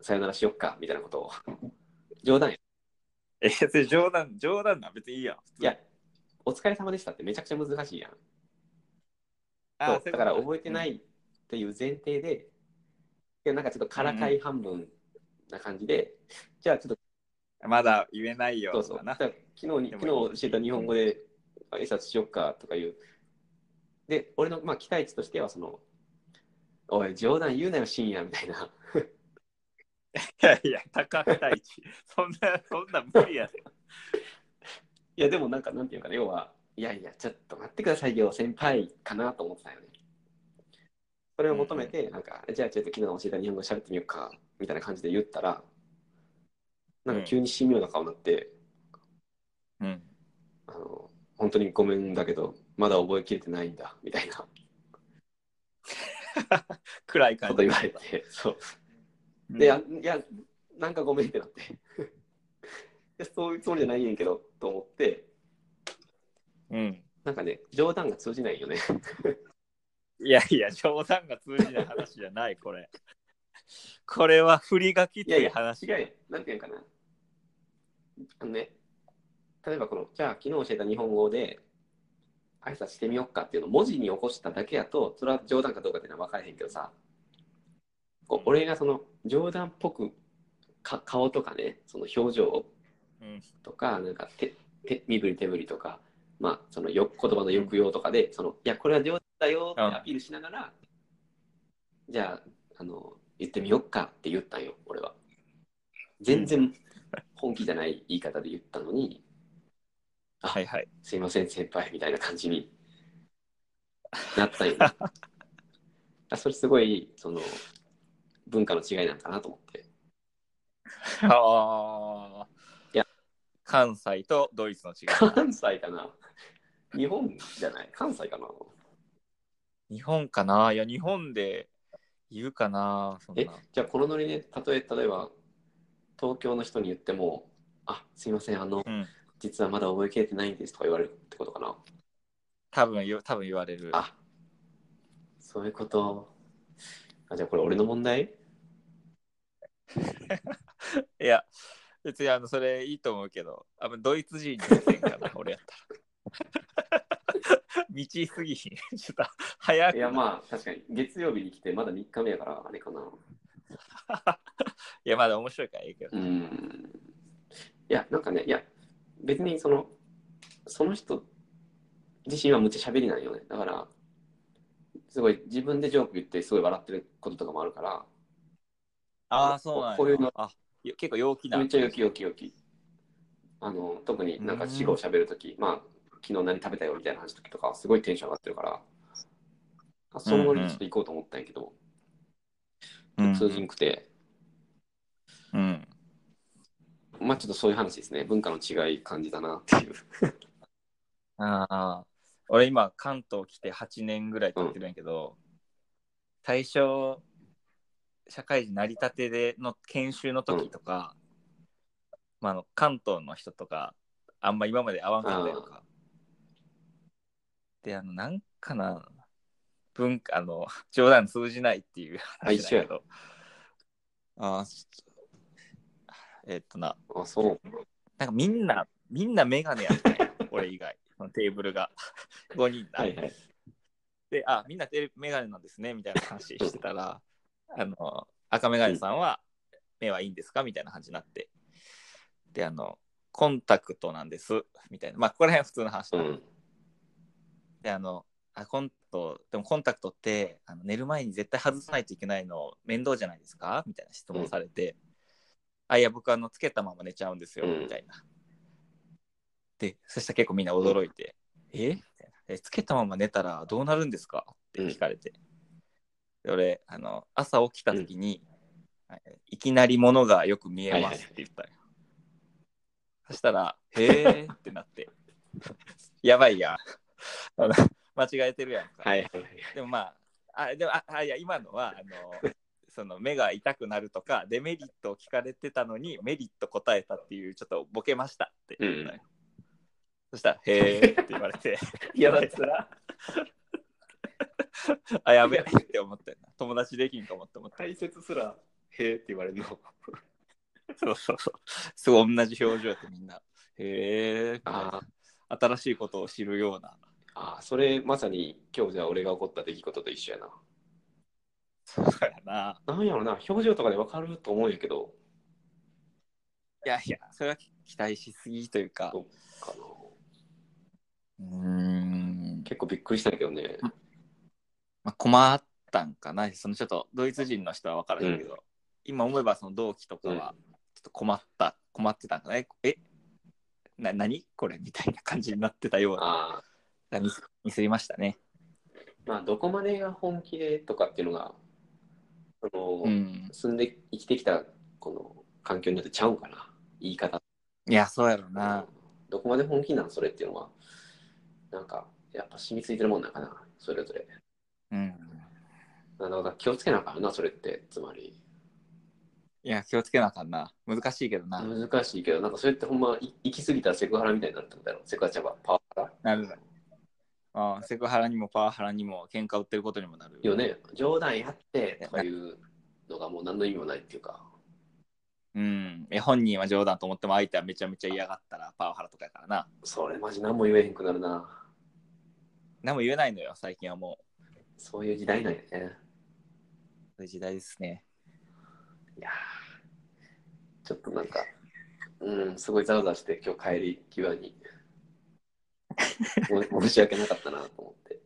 Speaker 1: さよならしよっかみたいなことを冗談や
Speaker 2: え、それ冗談、冗談な、別にいいやん。
Speaker 1: いやお疲れ様でしたってめちゃくちゃ難しいやん
Speaker 2: あ
Speaker 1: そうだから覚えてな。
Speaker 2: そうい
Speaker 1: い
Speaker 2: う
Speaker 1: っていう前提で、いやなんかちょっとからかい半分な感じで、じゃあちょっと
Speaker 2: ことまだ言えないよ。
Speaker 1: そうそう。だ
Speaker 2: な
Speaker 1: から昨日に
Speaker 2: でも
Speaker 1: 昨日教えた日本語で挨拶しよっかとかいう。で、俺のまあ期待値としてはその、おい、冗談言うなよ、深夜みたいな。
Speaker 2: いやいや、高くたいち。そんな、そんな無理やで。
Speaker 1: いや、でもなんか、なんていうかね、要は、いやいや、ちょっと待ってくださいよ、先輩かなと思ってたよね。それを求めて、なんか、じゃあちょっと昨日教えた日本語喋ってみようか、みたいな感じで言ったら、なんか急に神妙な顔になって、
Speaker 2: うん。
Speaker 1: あの、本当にごめんだけど、まだ覚えきれてないんだ、みたいなこ
Speaker 2: 暗い感
Speaker 1: と
Speaker 2: じ。
Speaker 1: 言われて、そう。
Speaker 2: うん
Speaker 1: で、あいや、なんかごめんってなって。 いやそういうつもりじゃないんやけど、と思って、
Speaker 2: うん。
Speaker 1: なんかね、冗談が通じないよね。
Speaker 2: いやいや、冗談が通じない話じゃない、これ。 これは振り書きっ
Speaker 1: い
Speaker 2: て
Speaker 1: やい
Speaker 2: いう
Speaker 1: や、
Speaker 2: 話。
Speaker 1: 違うよ。なんていうのかな。あのね、例えばこの、じゃあ昨日教えた日本語で、挨拶してみようかっていうのを文字に起こしただけやと、それは冗談かどうかっていうのは分からへんけどさ、こう俺がその冗談っぽくか顔とかね、その表情を
Speaker 2: うん
Speaker 1: とか、なんか手手身振り手振りとか、まあ、そのよ言葉の抑揚とかで、そのいや、これは冗談だよってアピールしながら、じゃああの、言ってみよっかって言ったんよ、俺は。全然本気じゃない言い方で言ったのに、
Speaker 2: はいはい。
Speaker 1: すいません、先輩みたいな感じになったんよ、ね。あそれすごい、その、文化の違いなんかなと思って。
Speaker 2: ああ。
Speaker 1: いや
Speaker 2: 関西とドイツの違い。
Speaker 1: 関西かな日本じゃない関西かな
Speaker 2: 日本かないや、日本で言うかなそん
Speaker 1: え
Speaker 2: な。
Speaker 1: じゃあこのノリで例え例えば東京の人に言っても「あすいませんあの
Speaker 2: うん。
Speaker 1: 実はまだ覚えきれてないんです」とか言われるってことかな
Speaker 2: 多分言う、多分言われる。
Speaker 1: あそういうことあじゃあこれ俺の問題
Speaker 2: いや、別にあの、それいいと思うけど、あドイツ人の 線かな、俺やったら。 道すぎひん。 ちょっと早く。
Speaker 1: いやまあ確かに月曜日に来てまだ3日目やからあれかな
Speaker 2: あ、いやまだ面白いからいいけど。
Speaker 1: うんいやなんかねいや別にそのその人自身はむっちゃ喋りなんよねだからすごい自分でジョーク言ってすごい笑ってることとかもあるから、
Speaker 2: ああ、そうなんや
Speaker 1: こういうの
Speaker 2: あ、よ結構陽気な。
Speaker 1: めっちゃよきよきよき。あの、特になんか死後喋るとき、まあ、昨日何食べたよみたいな話のときとか、すごいテンション上がってるから、あそのノリでちょっと行こうと思ったんやけど、
Speaker 2: うん
Speaker 1: 通じんくて、
Speaker 2: うん。
Speaker 1: まあちょっとそういう話ですね。文化の違い感じだなっていう。
Speaker 2: ああ。俺今、関東来て8年ぐらい経ってるんやけど、最初、社会人成り立てでの研修の時とか、まあ、あの関東の人とか、あんま今まで会わんかったやんか。で、あの、なんかな、文化、あの、冗談通じないっていう話だけど。ああ、ちょっとえっとな、
Speaker 1: あ、そう。
Speaker 2: なんかみんな、みんなメガネやったん や俺以外、そのテーブルが。5人だ。
Speaker 1: はいはい。
Speaker 2: で、あ、みんなテレメガネなんですね、みたいな話してたら、あの、赤メガネさんは、目はいいんですかみたいな感じになって。で、あの、コンタクトなんです、みたいな。まあ、ここら辺は普通の話
Speaker 1: う
Speaker 2: だ、
Speaker 1: ん。
Speaker 2: で、あの、あコント、でもコンタクトって、あの寝る前に絶対外さないといけないの面倒じゃないですかみたいな質問されて、あ、いや、僕、あの、つけたまま寝ちゃうんですよ、
Speaker 1: うん
Speaker 2: みたいな。で、そしたら結構みんな驚いて、えみたいなえつけたまま寝たらどうなるんですかって聞かれて。で俺、あの、朝起きた時に、えいきなりものがよく見えますって言ったよ。そしたら、へーってなって、やばいやん。あの間違えてるやんか。
Speaker 1: はいはいはい。
Speaker 2: でもまあ、あでもああいや今のはあ のその目が痛くなるとかデメリットを聞かれてたのにメリット答えたっていうちょっとボケましたって言ったよそしたら「へーって言われて
Speaker 1: いや、だったら、
Speaker 2: あやべえって思ったよな友達できんかもって思った
Speaker 1: 大切すら、へえって言われるの。
Speaker 2: そうそうそうすごい同じ表情やってみんな「へーみたい
Speaker 1: あ
Speaker 2: な新しいことを知るような
Speaker 1: あ、それまさに今日じゃあ俺が起こった出来事と一緒やな。
Speaker 2: そうやな
Speaker 1: なんやろな、表情とかでわかると思うんやけど、
Speaker 2: いやいやそれは期待しすぎというか
Speaker 1: そうあの
Speaker 2: うーん
Speaker 1: 結構びっくりしたんやけどね。
Speaker 2: まあ、困ったんかなそのちょっとドイツ人の人は分からへんけど、今思えばその同期とか
Speaker 1: うん
Speaker 2: はちょっと困った、困ってたんかねえな何これみたいな感じになってたような
Speaker 1: ああ、
Speaker 2: ミスミスりましたね
Speaker 1: まあ、どこまでが本気でとかっていうのが、その、
Speaker 2: うん
Speaker 1: 住んで生きてきたこの環境によってちゃうんかな、言い方。
Speaker 2: いやそうやろな、
Speaker 1: どこまで本気なんそれっていうのは、なんか、やっぱ染みついてるもんなんかな、それぞれ。
Speaker 2: うん
Speaker 1: なので気をつけなあかんな、それって、つまり。
Speaker 2: いや気をつけなあかんな難しいけどな、
Speaker 1: 難しいけど、なんかそれってほんま、い行き過ぎたらセクハラみたいになるってことだろ。セクハラちゃんはパワハラ
Speaker 2: なるあセクハラにもパワハラにも喧嘩売ってることにもなる
Speaker 1: よね、冗談やってとかいうのがもう何の意味もないっていうか。
Speaker 2: うんえ本人は冗談と思っても相手はめちゃめちゃ嫌がったらパワハラとかやからな
Speaker 1: それマジ何も言えへんくなるな。
Speaker 2: 何も言えないのよ最近はも
Speaker 1: そういう時代なんやね。
Speaker 2: うそういう時代ですね
Speaker 1: いやーちょっとなんか、うん、すごいざわざわして今日帰り際に。 も申し訳なかったなと思って。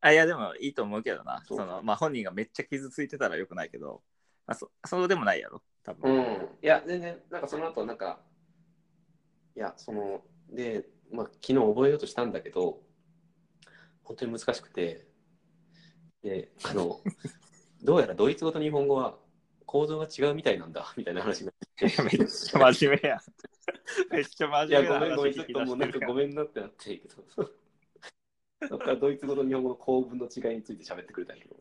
Speaker 2: あいやでもいいと思うけどな
Speaker 1: そ
Speaker 2: そうの、まあ、本人がめっちゃ傷ついてたらよくないけど、まあ、そそうでもないやろ多
Speaker 1: う
Speaker 2: 分、
Speaker 1: ん。いや、全然、なんかその後、なんか、いや、その、で、まあ、昨日覚えようとしたんだけど、本当に難しくて、で、あの、どうやらドイツ語と日本語は構造が違うみたいなんだ、みたいな話になってきて。
Speaker 2: めっちゃ真 面目やんめっちゃ真
Speaker 1: いや、ご
Speaker 2: 面目な
Speaker 1: めん、
Speaker 2: 話
Speaker 1: ごめん、ちょ
Speaker 2: 聞
Speaker 1: っ
Speaker 2: き
Speaker 1: と
Speaker 2: 出
Speaker 1: もう
Speaker 2: し
Speaker 1: な
Speaker 2: て
Speaker 1: ん
Speaker 2: る
Speaker 1: か
Speaker 2: か
Speaker 1: ごめ
Speaker 2: ら
Speaker 1: んなってなってるけど。そっからドイツ語と日本語の構文の違いについて喋ってくれたけど。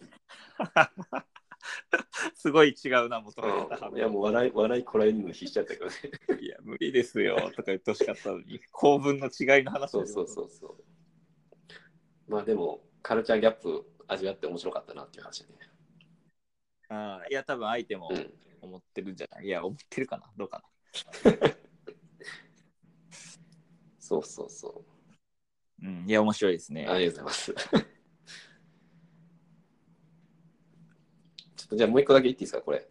Speaker 2: すごい違うな求めてた
Speaker 1: いや、もう笑い、笑いこらえるの必死だったけどね。
Speaker 2: いや無理ですよとか言ってほしかったの に構文の違いの話
Speaker 1: そうそうそうそう。まあでも、カルチャーギャップ味わって面白かったなっていう話だね。
Speaker 2: ああいや多分相手も
Speaker 1: うん。
Speaker 2: 思ってるんじゃない、いや思ってるかなどうか
Speaker 1: そうそうそ
Speaker 2: な、うん、いや面白いです
Speaker 1: う。
Speaker 2: ね
Speaker 1: ありがとうございます。 ちょっとじゃあもう一個だけ言っていいですか、これ。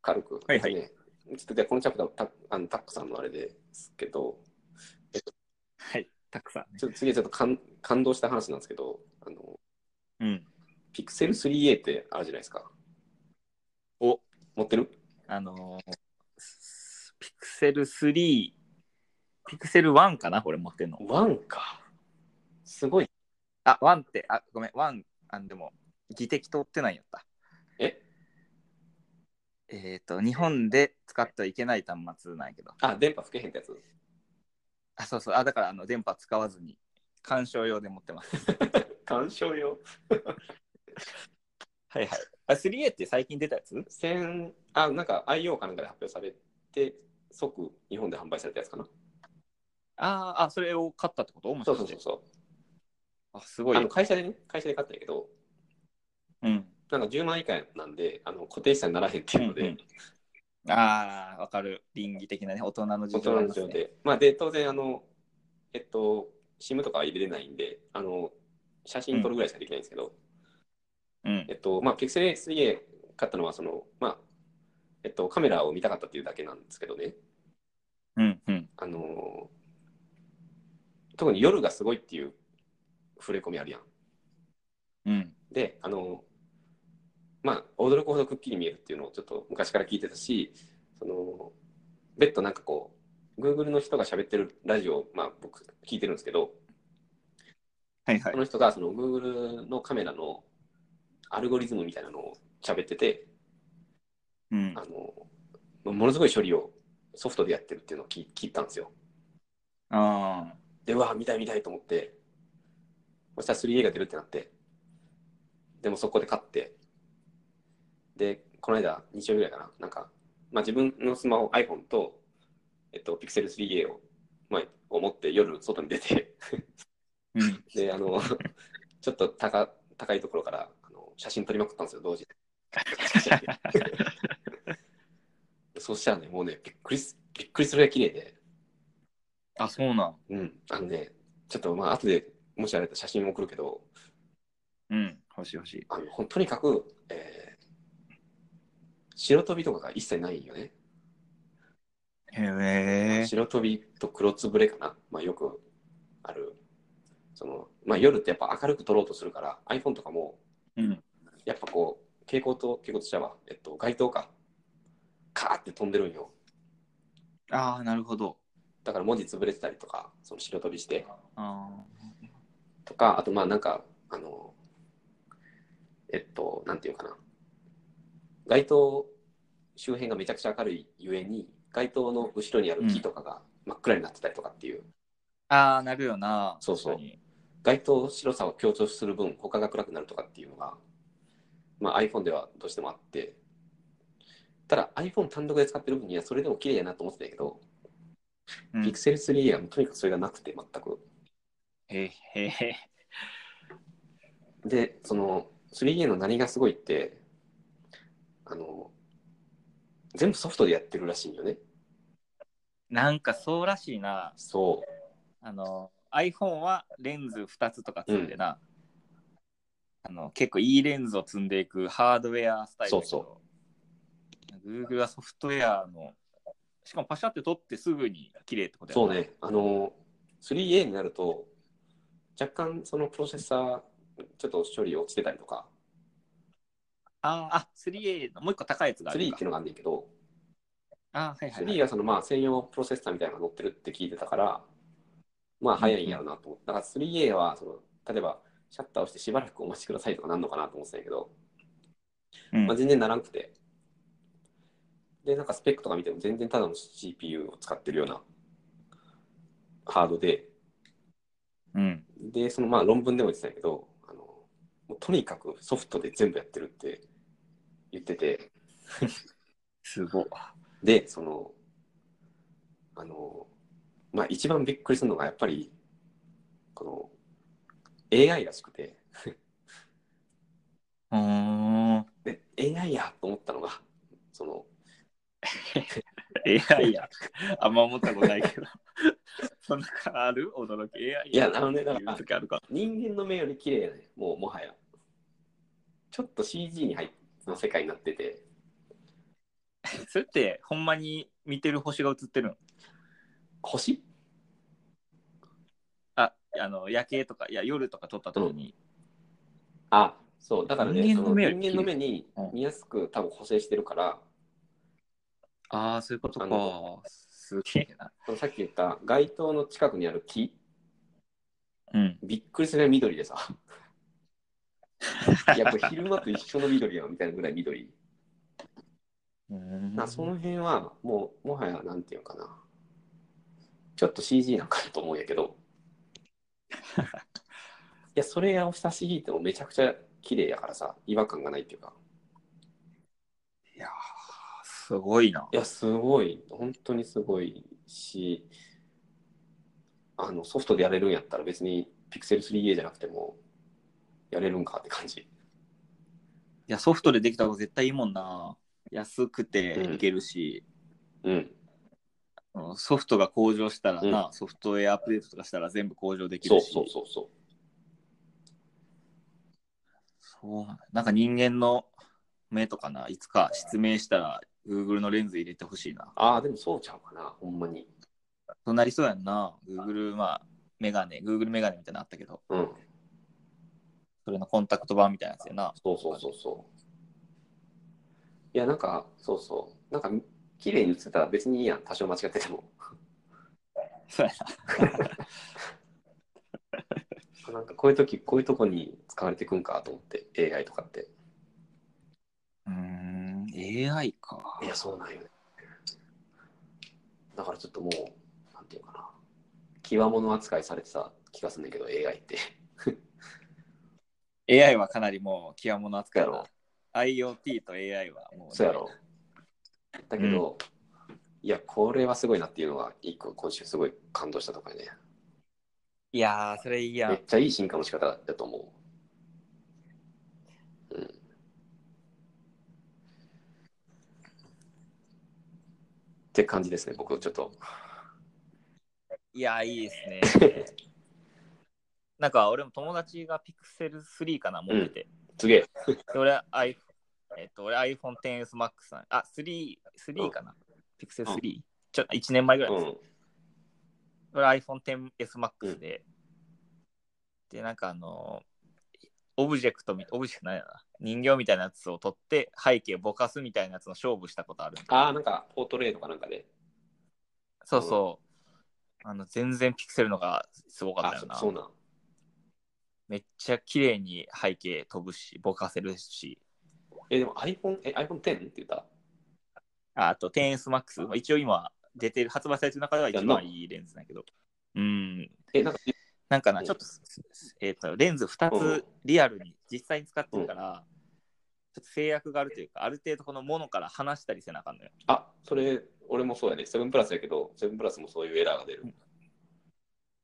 Speaker 1: 軽く。
Speaker 2: はいはい
Speaker 1: ねちょっとじゃあこのチャプタータ、あのタックさんのあれですけど、
Speaker 2: はいたくさんね
Speaker 1: ちょっと次はちょっと感感動した話なんですけど、あの
Speaker 2: うん
Speaker 1: ピクセル 3A ってあるじゃないですか。
Speaker 2: お、
Speaker 1: 持ってる
Speaker 2: あのースピクセル3、ピクセル1かなこれ持ってんの。
Speaker 1: ?1 か。すごい。
Speaker 2: あ、1って、あ、ごめん、1、あでも、技的通ってないやった。
Speaker 1: え
Speaker 2: えっ、と、日本で使ってはいけない端末なんやけど。
Speaker 1: あ、電波つけへんってやつ。
Speaker 2: あ、そうそう、あ、だから、あの、電波使わずに、鑑賞用で持ってます。
Speaker 1: 鑑賞用。
Speaker 2: はいはい。あ、3A って最近出たやつ
Speaker 1: 千あ、なんか IO かなんかで発表されて、即日本で販売されたやつかな。
Speaker 2: あーあ、それを買ったってこともし
Speaker 1: そ
Speaker 2: か
Speaker 1: う
Speaker 2: し
Speaker 1: そ
Speaker 2: て
Speaker 1: うそうそう。
Speaker 2: あ、すご
Speaker 1: あ
Speaker 2: い
Speaker 1: の。会社でね、会社で買ったんやけど、
Speaker 2: うん。
Speaker 1: なんか10万以下なんで、あの固定資産にならへんっていうので、
Speaker 2: うんああ、わかる。倫理的なね、大人の事
Speaker 1: 大
Speaker 2: 情
Speaker 1: 人
Speaker 2: あり
Speaker 1: の
Speaker 2: ま
Speaker 1: 事
Speaker 2: すね
Speaker 1: 情で。まあ、で、当然、あの、えっと、SIM とかは入れれないんで、あの、写真撮るぐらいしかできないんですけど、
Speaker 2: うん
Speaker 1: え。っと、まあ、Pixel A3A 買ったのは、その、まあ、えっと、カメラを見たかったっていうだけなんですけどね、
Speaker 2: うん。うん。
Speaker 1: あの、特に夜がすごいっていう触れ込みあるやん。
Speaker 2: うん。
Speaker 1: で、あの、まあ、驚くほどくっきり見えるっていうのをちょっと昔から聞いてたし、その、別途なんかこう、Google の人が喋ってるラジオを、まあ、僕、聞いてるんですけど、
Speaker 2: はいはい
Speaker 1: そ。の人がその Google のカメラのアルゴリズムみたいなのを喋ってて、
Speaker 2: うん
Speaker 1: あ。のものすごい処理をソフトでやってるっていうのを聞聞いたんですよ。
Speaker 2: ああ。
Speaker 1: で、うわ見たい見たいと思って、そしたら 3A が出るってなって、でもそこで買って、で、この間、日曜日ぐらいかな、なんか、まあ自分のスマホ、iPhone と、えっと、Pixel 3A を、まあ、を持って夜外に出て、
Speaker 2: うん。
Speaker 1: で、あの、 ちょっと高高いところからあの写真撮りまくったんですよ、 同時に。そうしたらね、もうね、びっくりすびっくりするぐらい綺麗で、
Speaker 2: あ、そうなん。
Speaker 1: うん、あのね、ちょっとまあ、後でもしあれだったら写真送るけど、
Speaker 2: うん。欲しい欲しい。
Speaker 1: あのほんとにかく、えー白飛びとかが一切ないよね。
Speaker 2: へえ。
Speaker 1: 白飛びと黒つぶれかな、まあ、よくある。そのまあ、夜ってやっぱ明るく撮ろうとするから iPhone とかも
Speaker 2: うん。
Speaker 1: やっぱこう蛍光灯蛍光灯ちゃうわ、えっと、街灯かカーって飛んでるんよ
Speaker 2: ああ、なるほど。
Speaker 1: だから文字潰れてたりとかその白飛びして
Speaker 2: あ
Speaker 1: とかあとまあなんかあのえっとなんていうかな街灯周辺がめちゃくちゃ明るいゆえに街灯の後ろにある木とかが真っ暗になってたりとかっていう、
Speaker 2: あ。ああ、なるよな。
Speaker 1: そうそう
Speaker 2: 確かに
Speaker 1: 街灯白さを強調する分他が暗くなるとかっていうのが、まあ、iPhone ではどうしてもあってただ iPhone 単独で使ってる分にはそれでも綺麗やなと思ってたんやけど、
Speaker 2: うん
Speaker 1: Pixel 3はとにかくそれがなくて全く
Speaker 2: へえへえ。
Speaker 1: でその 3A の何がすごいってあの全部ソフトでやってるらしいんよね
Speaker 2: なんかそうらしいな。
Speaker 1: そ
Speaker 2: あの、iPhone はレンズ2つとか積んでな。あの、結構いいレンズを積んでいくハードウェアスタイルだけど。
Speaker 1: そう
Speaker 2: Google はソフトウェアの、しかもパシャって撮ってすぐに綺麗ってこ
Speaker 1: う
Speaker 2: と
Speaker 1: そ
Speaker 2: や
Speaker 1: う。
Speaker 2: な
Speaker 1: ねあの 3A になると若干そのプロセッサーちょっと処理落ちてたりとか
Speaker 2: あーあ、3A のもう一個高いやつがある
Speaker 1: 3
Speaker 2: か
Speaker 1: っていうのがあんねんけど
Speaker 2: あーはいはい、は
Speaker 1: 3
Speaker 2: い。
Speaker 1: はそのまあ専用プロセッサーみたいなのが載ってるって聞いてたから、まあ早いんやろうなと思って、だから 3A はその例えばシャッターをしてしばらくお待ちくださいとかなんのかなと思ってたんやけど、
Speaker 2: うん
Speaker 1: まあ、全然ならんくて、で、なんかスペックとか見ても全然ただの CPU を使ってるようなハードで、
Speaker 2: うん。
Speaker 1: で、そのまあ論文でも言ってたんやけど、あのもうとにかくソフトで全部やってるって言ってて、
Speaker 2: すごい。
Speaker 1: で、その、あの、まあ、一番びっくりするのが、やっぱり、この、AI らしくて、
Speaker 2: うーん。
Speaker 1: で、AI やと思ったのが、その、
Speaker 2: AI や。 あんま思ったことないけど。 そんなことある驚き。AI
Speaker 1: いやなのでだから
Speaker 2: 言う時あるか。
Speaker 1: 人間の目より綺麗やね、もう、もはや。ちょっと CG に入っの世界になってて、
Speaker 2: それって、ほんまに見てる星が映ってるん
Speaker 1: 星
Speaker 2: あ、あの、夜景とか、いや、夜とか撮った時に。
Speaker 1: あ、そう、だからね、そ
Speaker 2: 人間の
Speaker 1: の
Speaker 2: 目より
Speaker 1: 人間の目に
Speaker 2: うん
Speaker 1: 見やすく多分補正してるから、
Speaker 2: ああ、そういうこと
Speaker 1: あ
Speaker 2: か。すげえな。
Speaker 1: このさっき言った街灯の近くにある木、
Speaker 2: うん。
Speaker 1: びっくりするぐらい緑でさ。 いや、これ昼間と一緒の緑やんみたいなぐらい緑。なその辺は、もう、もはや、なんていうのかな。ちょっと CG なんかなと思うんやけ ど。いや、それをした CG ってもうめちゃくちゃ綺麗やからさ、違和感がないっていうか。
Speaker 2: いやーすごいな。
Speaker 1: いや、すごい、本当にすごいし、あの、ソフトでやれるんやったら別に Pixel 3A じゃなくても、やれるんかって感じ。
Speaker 2: いや、ソフトでできた方が絶対いいもんな。安くていけるし、
Speaker 1: うん。
Speaker 2: うんソフトが向上したらな、ソフトウェアアップデートとかしたら全部向上でき
Speaker 1: そう
Speaker 2: るし。
Speaker 1: そうそうそう。
Speaker 2: そうなんだなんか人間の目とかな、いつか失明したら Google のレンズ入れてほしいな。
Speaker 1: ああ、でもそうちゃうかな、ほんまに。
Speaker 2: そうなりそうやんな。Google、まあ、メガネ、Google メガネみたいなのあったけど、
Speaker 1: うん。
Speaker 2: それのコンタクト版みたいなやつやな。
Speaker 1: そうそうそうそう。いや、なんか、そうそう。なんか、綺麗に映ってたら別にいいやん、多少間違ってても。
Speaker 2: そうや
Speaker 1: あなんか、こういう時、こういうとこに使われてくんかと思って、AI とかって。
Speaker 2: な。うーん、AI か。
Speaker 1: いや、そうなんよね。だからちょっともう、なんていうかな。際物扱いされてた気がするんだけど、AI って。
Speaker 2: AI はかなりもう、極物扱いや
Speaker 1: そうや
Speaker 2: な。IoT と AI はもう、
Speaker 1: そうやろ。だけど、いや、これはすごいなっていうのが、一個今週すごい感動したとこやね。
Speaker 2: いやー、それいいや
Speaker 1: め
Speaker 2: ん
Speaker 1: っ。ちゃいい進化の仕方だと思う。うん。って感じですね、僕ちょっと。
Speaker 2: いやー、いいで すね。なんか、俺も友達が Pixel 3かな、持ってて。
Speaker 1: すげえ。
Speaker 2: で俺 iPhone、えっと、俺 iPhone XS Max さん、あ、3、3かな、ピクセル 3?、ちょっと1年前ぐらいです。
Speaker 1: うん。
Speaker 2: 俺 iPhone XS Max で、で、なんかあのーオブジェクトみ、オブジェクトないな。人形みたいなやつを取って、背景ぼかすみたいなやつの勝負したことある。
Speaker 1: ああ、なんか、ポートレートかなんかで。
Speaker 2: そうそう。あの、全然ピクセルのがすごかった
Speaker 1: あ
Speaker 2: よな
Speaker 1: そ。そうなん。
Speaker 2: めっちゃ綺麗に背景飛ぶし、ぼかせるし。
Speaker 1: え、でも iPhone、え、iPhone10 って言った
Speaker 2: ああと 10S Max。一応今出てる、発売されてる中では一番いいレンズだけど。うん。
Speaker 1: え、なんか、
Speaker 2: なんかな、
Speaker 1: うん
Speaker 2: ちょっと、えっとレンズ2
Speaker 1: うん
Speaker 2: つリアルに実際に使ってるから、ちょっと制約があるというか、ある程度このものから離したりせなあかんのよ。
Speaker 1: あ、それ、俺もそうやね。7プラスやけど、7プラスもそういうエラーが出る。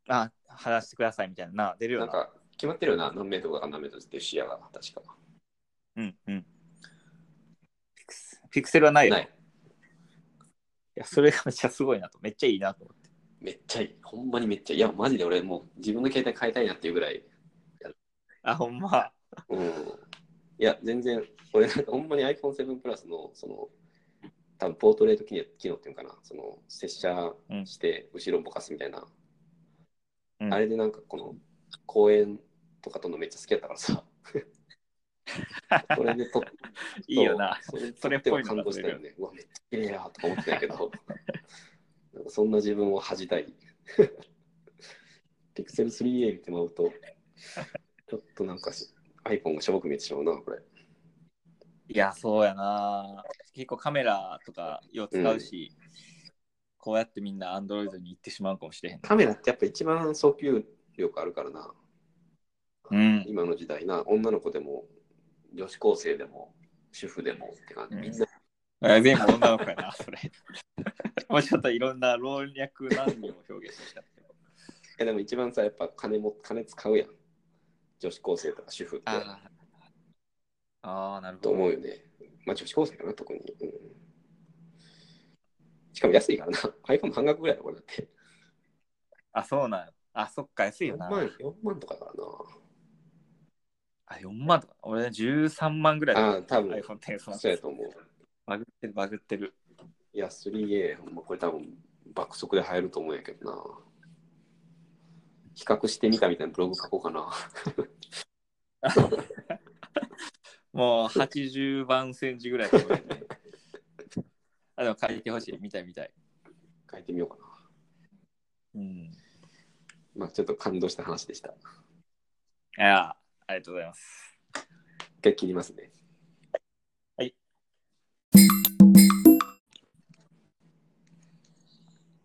Speaker 2: あ、離してくださいみたいな、な出るよ
Speaker 1: な
Speaker 2: うんな。
Speaker 1: か、決まってるよな。何メートルか何メートルっていう視野が、確か。
Speaker 2: うんうん。ピクセピクセルはないよ。
Speaker 1: ないい。
Speaker 2: や、それがめっちゃすごいなと。めっちゃいいなと思って。
Speaker 1: めっちゃいい。ほんまにめっちゃいい。いや、マジで俺、もう自分の携帯変えたいなっていうぐらい。
Speaker 2: あ、ほんま。
Speaker 1: うんいや、全然、俺、なんかほんまに iPhone7 プラスの、その、多分ポートレート機能機能っていうのかな、その、接写して、後ろぼかすみたいな、
Speaker 2: うん
Speaker 1: あれでなんか、この、公園とかとのめっちゃ好きやったから さ、これで撮っ
Speaker 2: いいよな。
Speaker 1: そうそれ
Speaker 2: それっ
Speaker 1: 撮
Speaker 2: ぽ
Speaker 1: っ
Speaker 2: い
Speaker 1: て感
Speaker 2: のが
Speaker 1: 動したよね。うわ、めっちゃ綺麗やとか思ってたんやけ ど、なんかそんな自分を恥じたい。 ピクセル 3A 見てもらうと、ちょっとなんかし iPhone がしょぼく見えてしまうな、これ。
Speaker 2: いや、そうやな。結構カメラとかよう使うし、こうやってみんな Android に行ってしまうかもしれへんな。
Speaker 1: カメラってやっぱ一番訴求力あるからな、
Speaker 2: うん。
Speaker 1: 今の時代な、女の子でも、女子高生でも、主婦でもって感じ、
Speaker 2: うん
Speaker 1: みんな、
Speaker 2: あ全部女の子 やな、それ。もうちょっといろんな老若男女を表現してきたけど。
Speaker 1: えでも一番さ、やっぱ金も、金使うやん。女子高生とか主婦って、
Speaker 2: ああ、なるほ
Speaker 1: と
Speaker 2: ど。
Speaker 1: 思うよね。まあ女子高生かな、特に。うん、しかも安いからな、iPhone 半額ぐらいだこれだって。
Speaker 2: あ、そうなんや。あ、そっか、安い
Speaker 1: 4
Speaker 2: よな。
Speaker 1: 万、4万とかだから
Speaker 2: あ、4万とか。俺13万ぐらい
Speaker 1: な。
Speaker 2: だ。
Speaker 1: ああ、多分
Speaker 2: iPhone X
Speaker 1: そうやと思う。
Speaker 2: バグってる、バグってる。
Speaker 1: いや、3A、ほんまこれ多分爆速で入ると思うんやけどな。比較してみたみたいなブログ書こうかな。
Speaker 2: もう80番センチぐらいの声で ねあ、でも書いてほしい。見たい見たい。
Speaker 1: 書いてみようかな。
Speaker 2: うん。
Speaker 1: まあちょっと感動した話でした。
Speaker 2: いや、ありがとうございます。
Speaker 1: 一回切りますね。
Speaker 2: はい。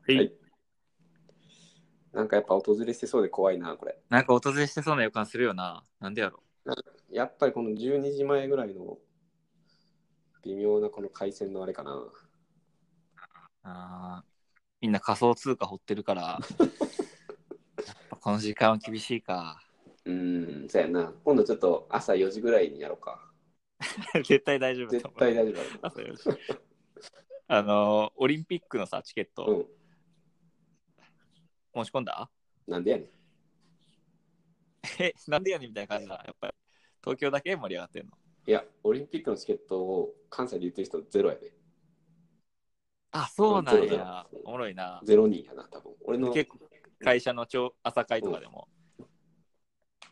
Speaker 1: はい。
Speaker 2: はい
Speaker 1: なんかやっぱ訪れしてそうで怖いな、これ。
Speaker 2: なんか訪れしてそうな予感するよな。なんでやろ
Speaker 1: やっぱりこの12時前ぐらいの微妙なこの回線のあれかな。
Speaker 2: あーみんな仮想通貨掘ってる から、やっぱこの時間は厳しいか。
Speaker 1: うーん、そうやな。今度ちょっと朝4時ぐらいにやろうか。
Speaker 2: 絶対大丈夫だ
Speaker 1: 絶
Speaker 2: と思う
Speaker 1: 対大丈夫だろうな
Speaker 2: 朝よしあのーオリンピックのさ、チケッ
Speaker 1: う
Speaker 2: ト
Speaker 1: ん。
Speaker 2: 申し込んだ、
Speaker 1: なんでやねん。
Speaker 2: え、なんでやねんみたいな感じだ。やっぱり東京だけ盛り上がってんの。
Speaker 1: いや、オリンピックのチケットを関西で言ってる人ゼロやで。
Speaker 2: あ、そうな
Speaker 1: そ
Speaker 2: ん
Speaker 1: うだ
Speaker 2: や。おもろいな。
Speaker 1: ゼロ人やな、多分。俺の。
Speaker 2: 結構会社の朝朝会とかでも、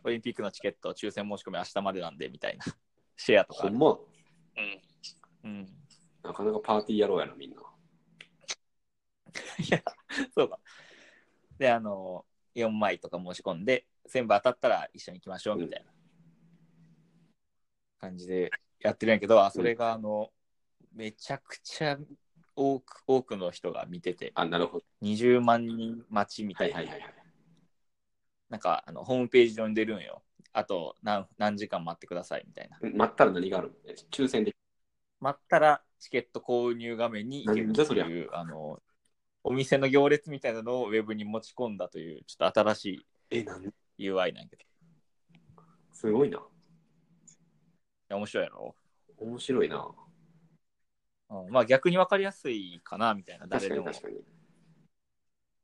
Speaker 2: オリンピックのチケット抽選申し込み明日までなんでみたいな。シェアとか
Speaker 1: ほ
Speaker 2: ある
Speaker 1: ん。ま、
Speaker 2: うん。
Speaker 1: なかなかパーティーやろうやな、みんな。
Speaker 2: いや、そうか。で、あの、4枚とか申し込んで、全部当たったら一緒に行きましょうみたいな感じでやってるんやけど、あそれが、あの、めちゃくちゃ多く多くの人が見てて、
Speaker 1: あ、なるほど。
Speaker 2: 20万人待ちみた
Speaker 1: はいい
Speaker 2: な、
Speaker 1: はいはいはい。
Speaker 2: なんかあのホームページ上に出るんよ。あと何何時間待ってくださいみたいな。
Speaker 1: 待ったら何があるの抽選で。
Speaker 2: 待ったらチケット購入画面に行ける
Speaker 1: なん
Speaker 2: って
Speaker 1: だそりゃ
Speaker 2: いうあのお店の行列みたいなのをウェブに持ち込んだというちょっと新し
Speaker 1: え、なん
Speaker 2: い UI なんやけどい
Speaker 1: すごいな。
Speaker 2: や面白いやろ、
Speaker 1: 面白いな。
Speaker 2: うん、まあ逆に分かりやすいかなみたいな
Speaker 1: 確
Speaker 2: 誰
Speaker 1: か
Speaker 2: で
Speaker 1: に
Speaker 2: も
Speaker 1: 確かに。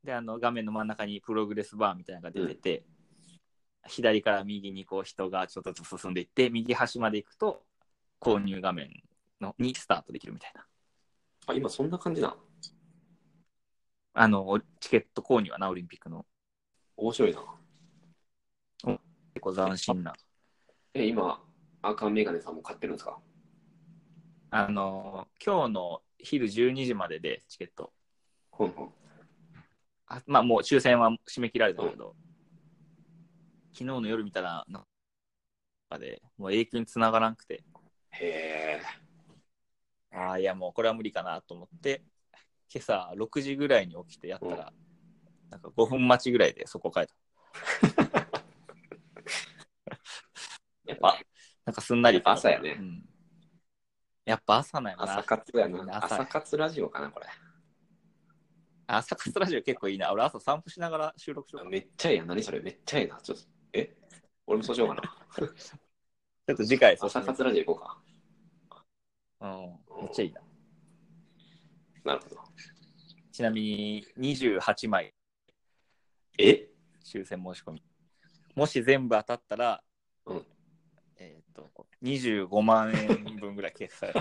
Speaker 2: であの画面の真ん中にプログレスバーみたいなのが出てて、左から右にこう人がちょっとずつ進んでいって右端まで行くと購入画面のにスタートできるみたいな
Speaker 1: あ、今そんな感じな。
Speaker 2: あのチケット購入はなオリンピックの
Speaker 1: 面白いな。
Speaker 2: 結構斬新な
Speaker 1: え、今、赤メガネさんも買ってるんですか
Speaker 2: あの今日の昼12時まででチケット
Speaker 1: ほんほん。
Speaker 2: あまあもう抽選は締め切られたけど、昨日の夜見たらなんかでもう永久に繋がらなくて
Speaker 1: へえ。
Speaker 2: ああいやもうこれは無理かなと思って今朝6時ぐらいに起きてやったら、なんか5分待ちぐらいでそこ帰った
Speaker 1: やっ
Speaker 2: ぱなんかすんなり行けた
Speaker 1: 朝やね
Speaker 2: うんやっぱ朝なんやな
Speaker 1: 朝活や
Speaker 2: みん
Speaker 1: な。
Speaker 2: な朝や
Speaker 1: 朝活ラジオかな、これ。
Speaker 2: 朝活ラジオ結構いいな俺朝散歩しながら収録しようかな
Speaker 1: めっちゃええやん。何それめっちゃええな。ちょっと、え俺もそうしようかな。
Speaker 2: ちょっと次回そうし
Speaker 1: 朝
Speaker 2: よう
Speaker 1: 活ラジオ行こうか。
Speaker 2: うん、めっちゃいいな
Speaker 1: なるほど。
Speaker 2: ちなみに28枚
Speaker 1: え
Speaker 2: 抽選申し込み。もし全部当たったら、
Speaker 1: うん
Speaker 2: えーっと、25万円分ぐらい決 済。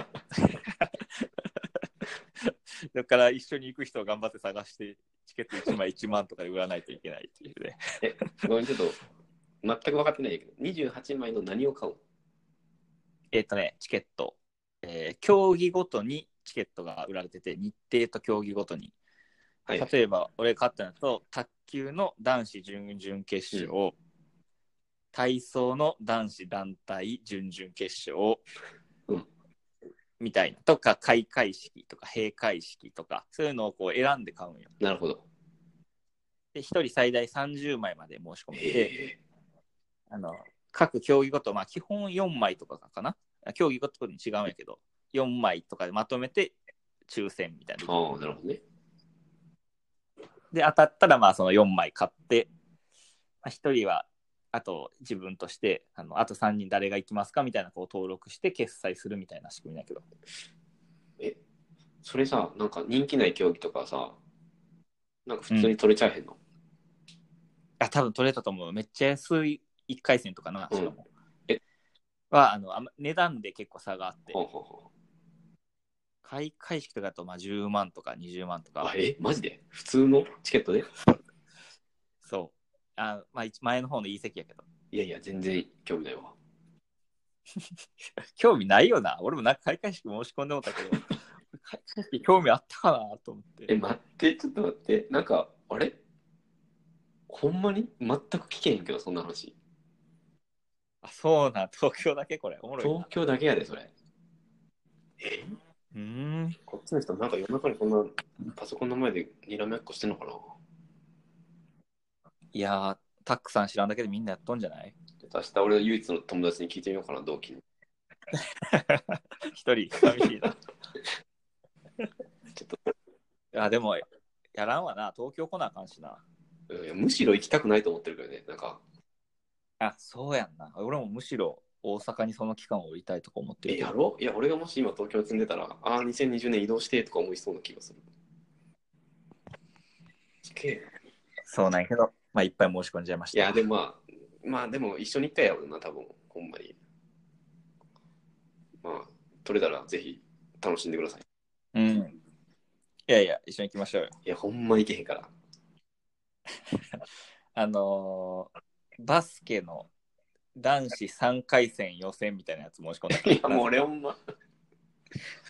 Speaker 2: だから一緒に行く人を頑張って探して、チケット1枚1万とかで売らないといけないっていうね。
Speaker 1: ごめん、ちょっと、全く分かってないんやけど、28枚の何を買う
Speaker 2: えーっとね、チケット、えー競技ごとにチケットが売られてて、日程と競技ごとに。
Speaker 1: はい。
Speaker 2: 例えば、俺勝ったのだと、卓球の男子準々決勝、体操の男子団体準々決勝、
Speaker 1: うん
Speaker 2: みたいな、とか、開会式とか、閉会式とか、そういうのをこう選んで買うんよ。
Speaker 1: なるほど。
Speaker 2: で、1人最大30枚まで申し込めて、
Speaker 1: え
Speaker 2: あの各競技ごと、まあ、基本4枚とかかな、競技ごとに違うんやけど、4枚とかでまとめて抽選みたいな
Speaker 1: ー。。ああ、なるほどね。
Speaker 2: で、当たったら、まあ、その4枚買って、まあ、1人は、あと自分として、あのあと3人誰が行きますかみたいな、こう登録して決済するみたいな仕組みだけど。
Speaker 1: え、それさ、なんか人気ない競技とかさ、なんか普通に取れちゃえへんの、
Speaker 2: あ、多分取れたと思う。めっちゃ安い1回戦とかな、
Speaker 1: うん
Speaker 2: しかも。
Speaker 1: え
Speaker 2: は、あの、あんま値段で結構差があって
Speaker 1: ほ、うほうほう
Speaker 2: 開会式とかだと、まあ、10万とか20万とか
Speaker 1: あ、、え、マジで普通のチケットで
Speaker 2: そう。あまあ、一前の方のいい席やけど。
Speaker 1: いやいや、全然興味ないわ。
Speaker 2: 興味ないよな。俺もなんか開会式申し込んでもったけど、開会式興味あったかなと思っ
Speaker 1: え、
Speaker 2: て。
Speaker 1: 待って、ちょっと待って。なんか、あれほんまに全く聞けへんけど、そんな話。
Speaker 2: あ、そうなん、東京だけこれ。おもろい
Speaker 1: 東
Speaker 2: な。
Speaker 1: 京だけやで、それ。え
Speaker 2: うーん。
Speaker 1: こっちの人、なんか夜中にこんなパソコンの前でにらめっこしてんのかない
Speaker 2: やー、タックさん知らんだけでみんなやっとんじゃない
Speaker 1: ちょっと明日俺の唯一の友達に聞いてみようかな、同期に。
Speaker 2: 一人、寂しい な。
Speaker 1: ちょっと
Speaker 2: いや、でも、やらんわな。東京来なあかんしな。
Speaker 1: うんいやむしろ行きたくないと思ってるけどね、なんか、
Speaker 2: あ、そうやんな。俺もむしろ大阪にその期間を降りたいとか思ってる
Speaker 1: え、
Speaker 2: けど
Speaker 1: やろういや、俺がもし今東京に住んでたら、ああ、2020年移動してとか思いそうな気がする。すげえ
Speaker 2: そうなんやけど、まあ、いっぱい申し込んじゃいまし
Speaker 1: い
Speaker 2: た。
Speaker 1: や、でもまあ、まあでも一緒に行ったやろうな、多分ほんまに。まあ、取れたらぜひ楽しんでください。
Speaker 2: うん。いやいや、一緒に行きましょうよ。
Speaker 1: いや、ほんま行けへんから。
Speaker 2: あのーバスケの男子3回戦予選みたいなやつ申し込んだから
Speaker 1: いや、もう俺ほんま。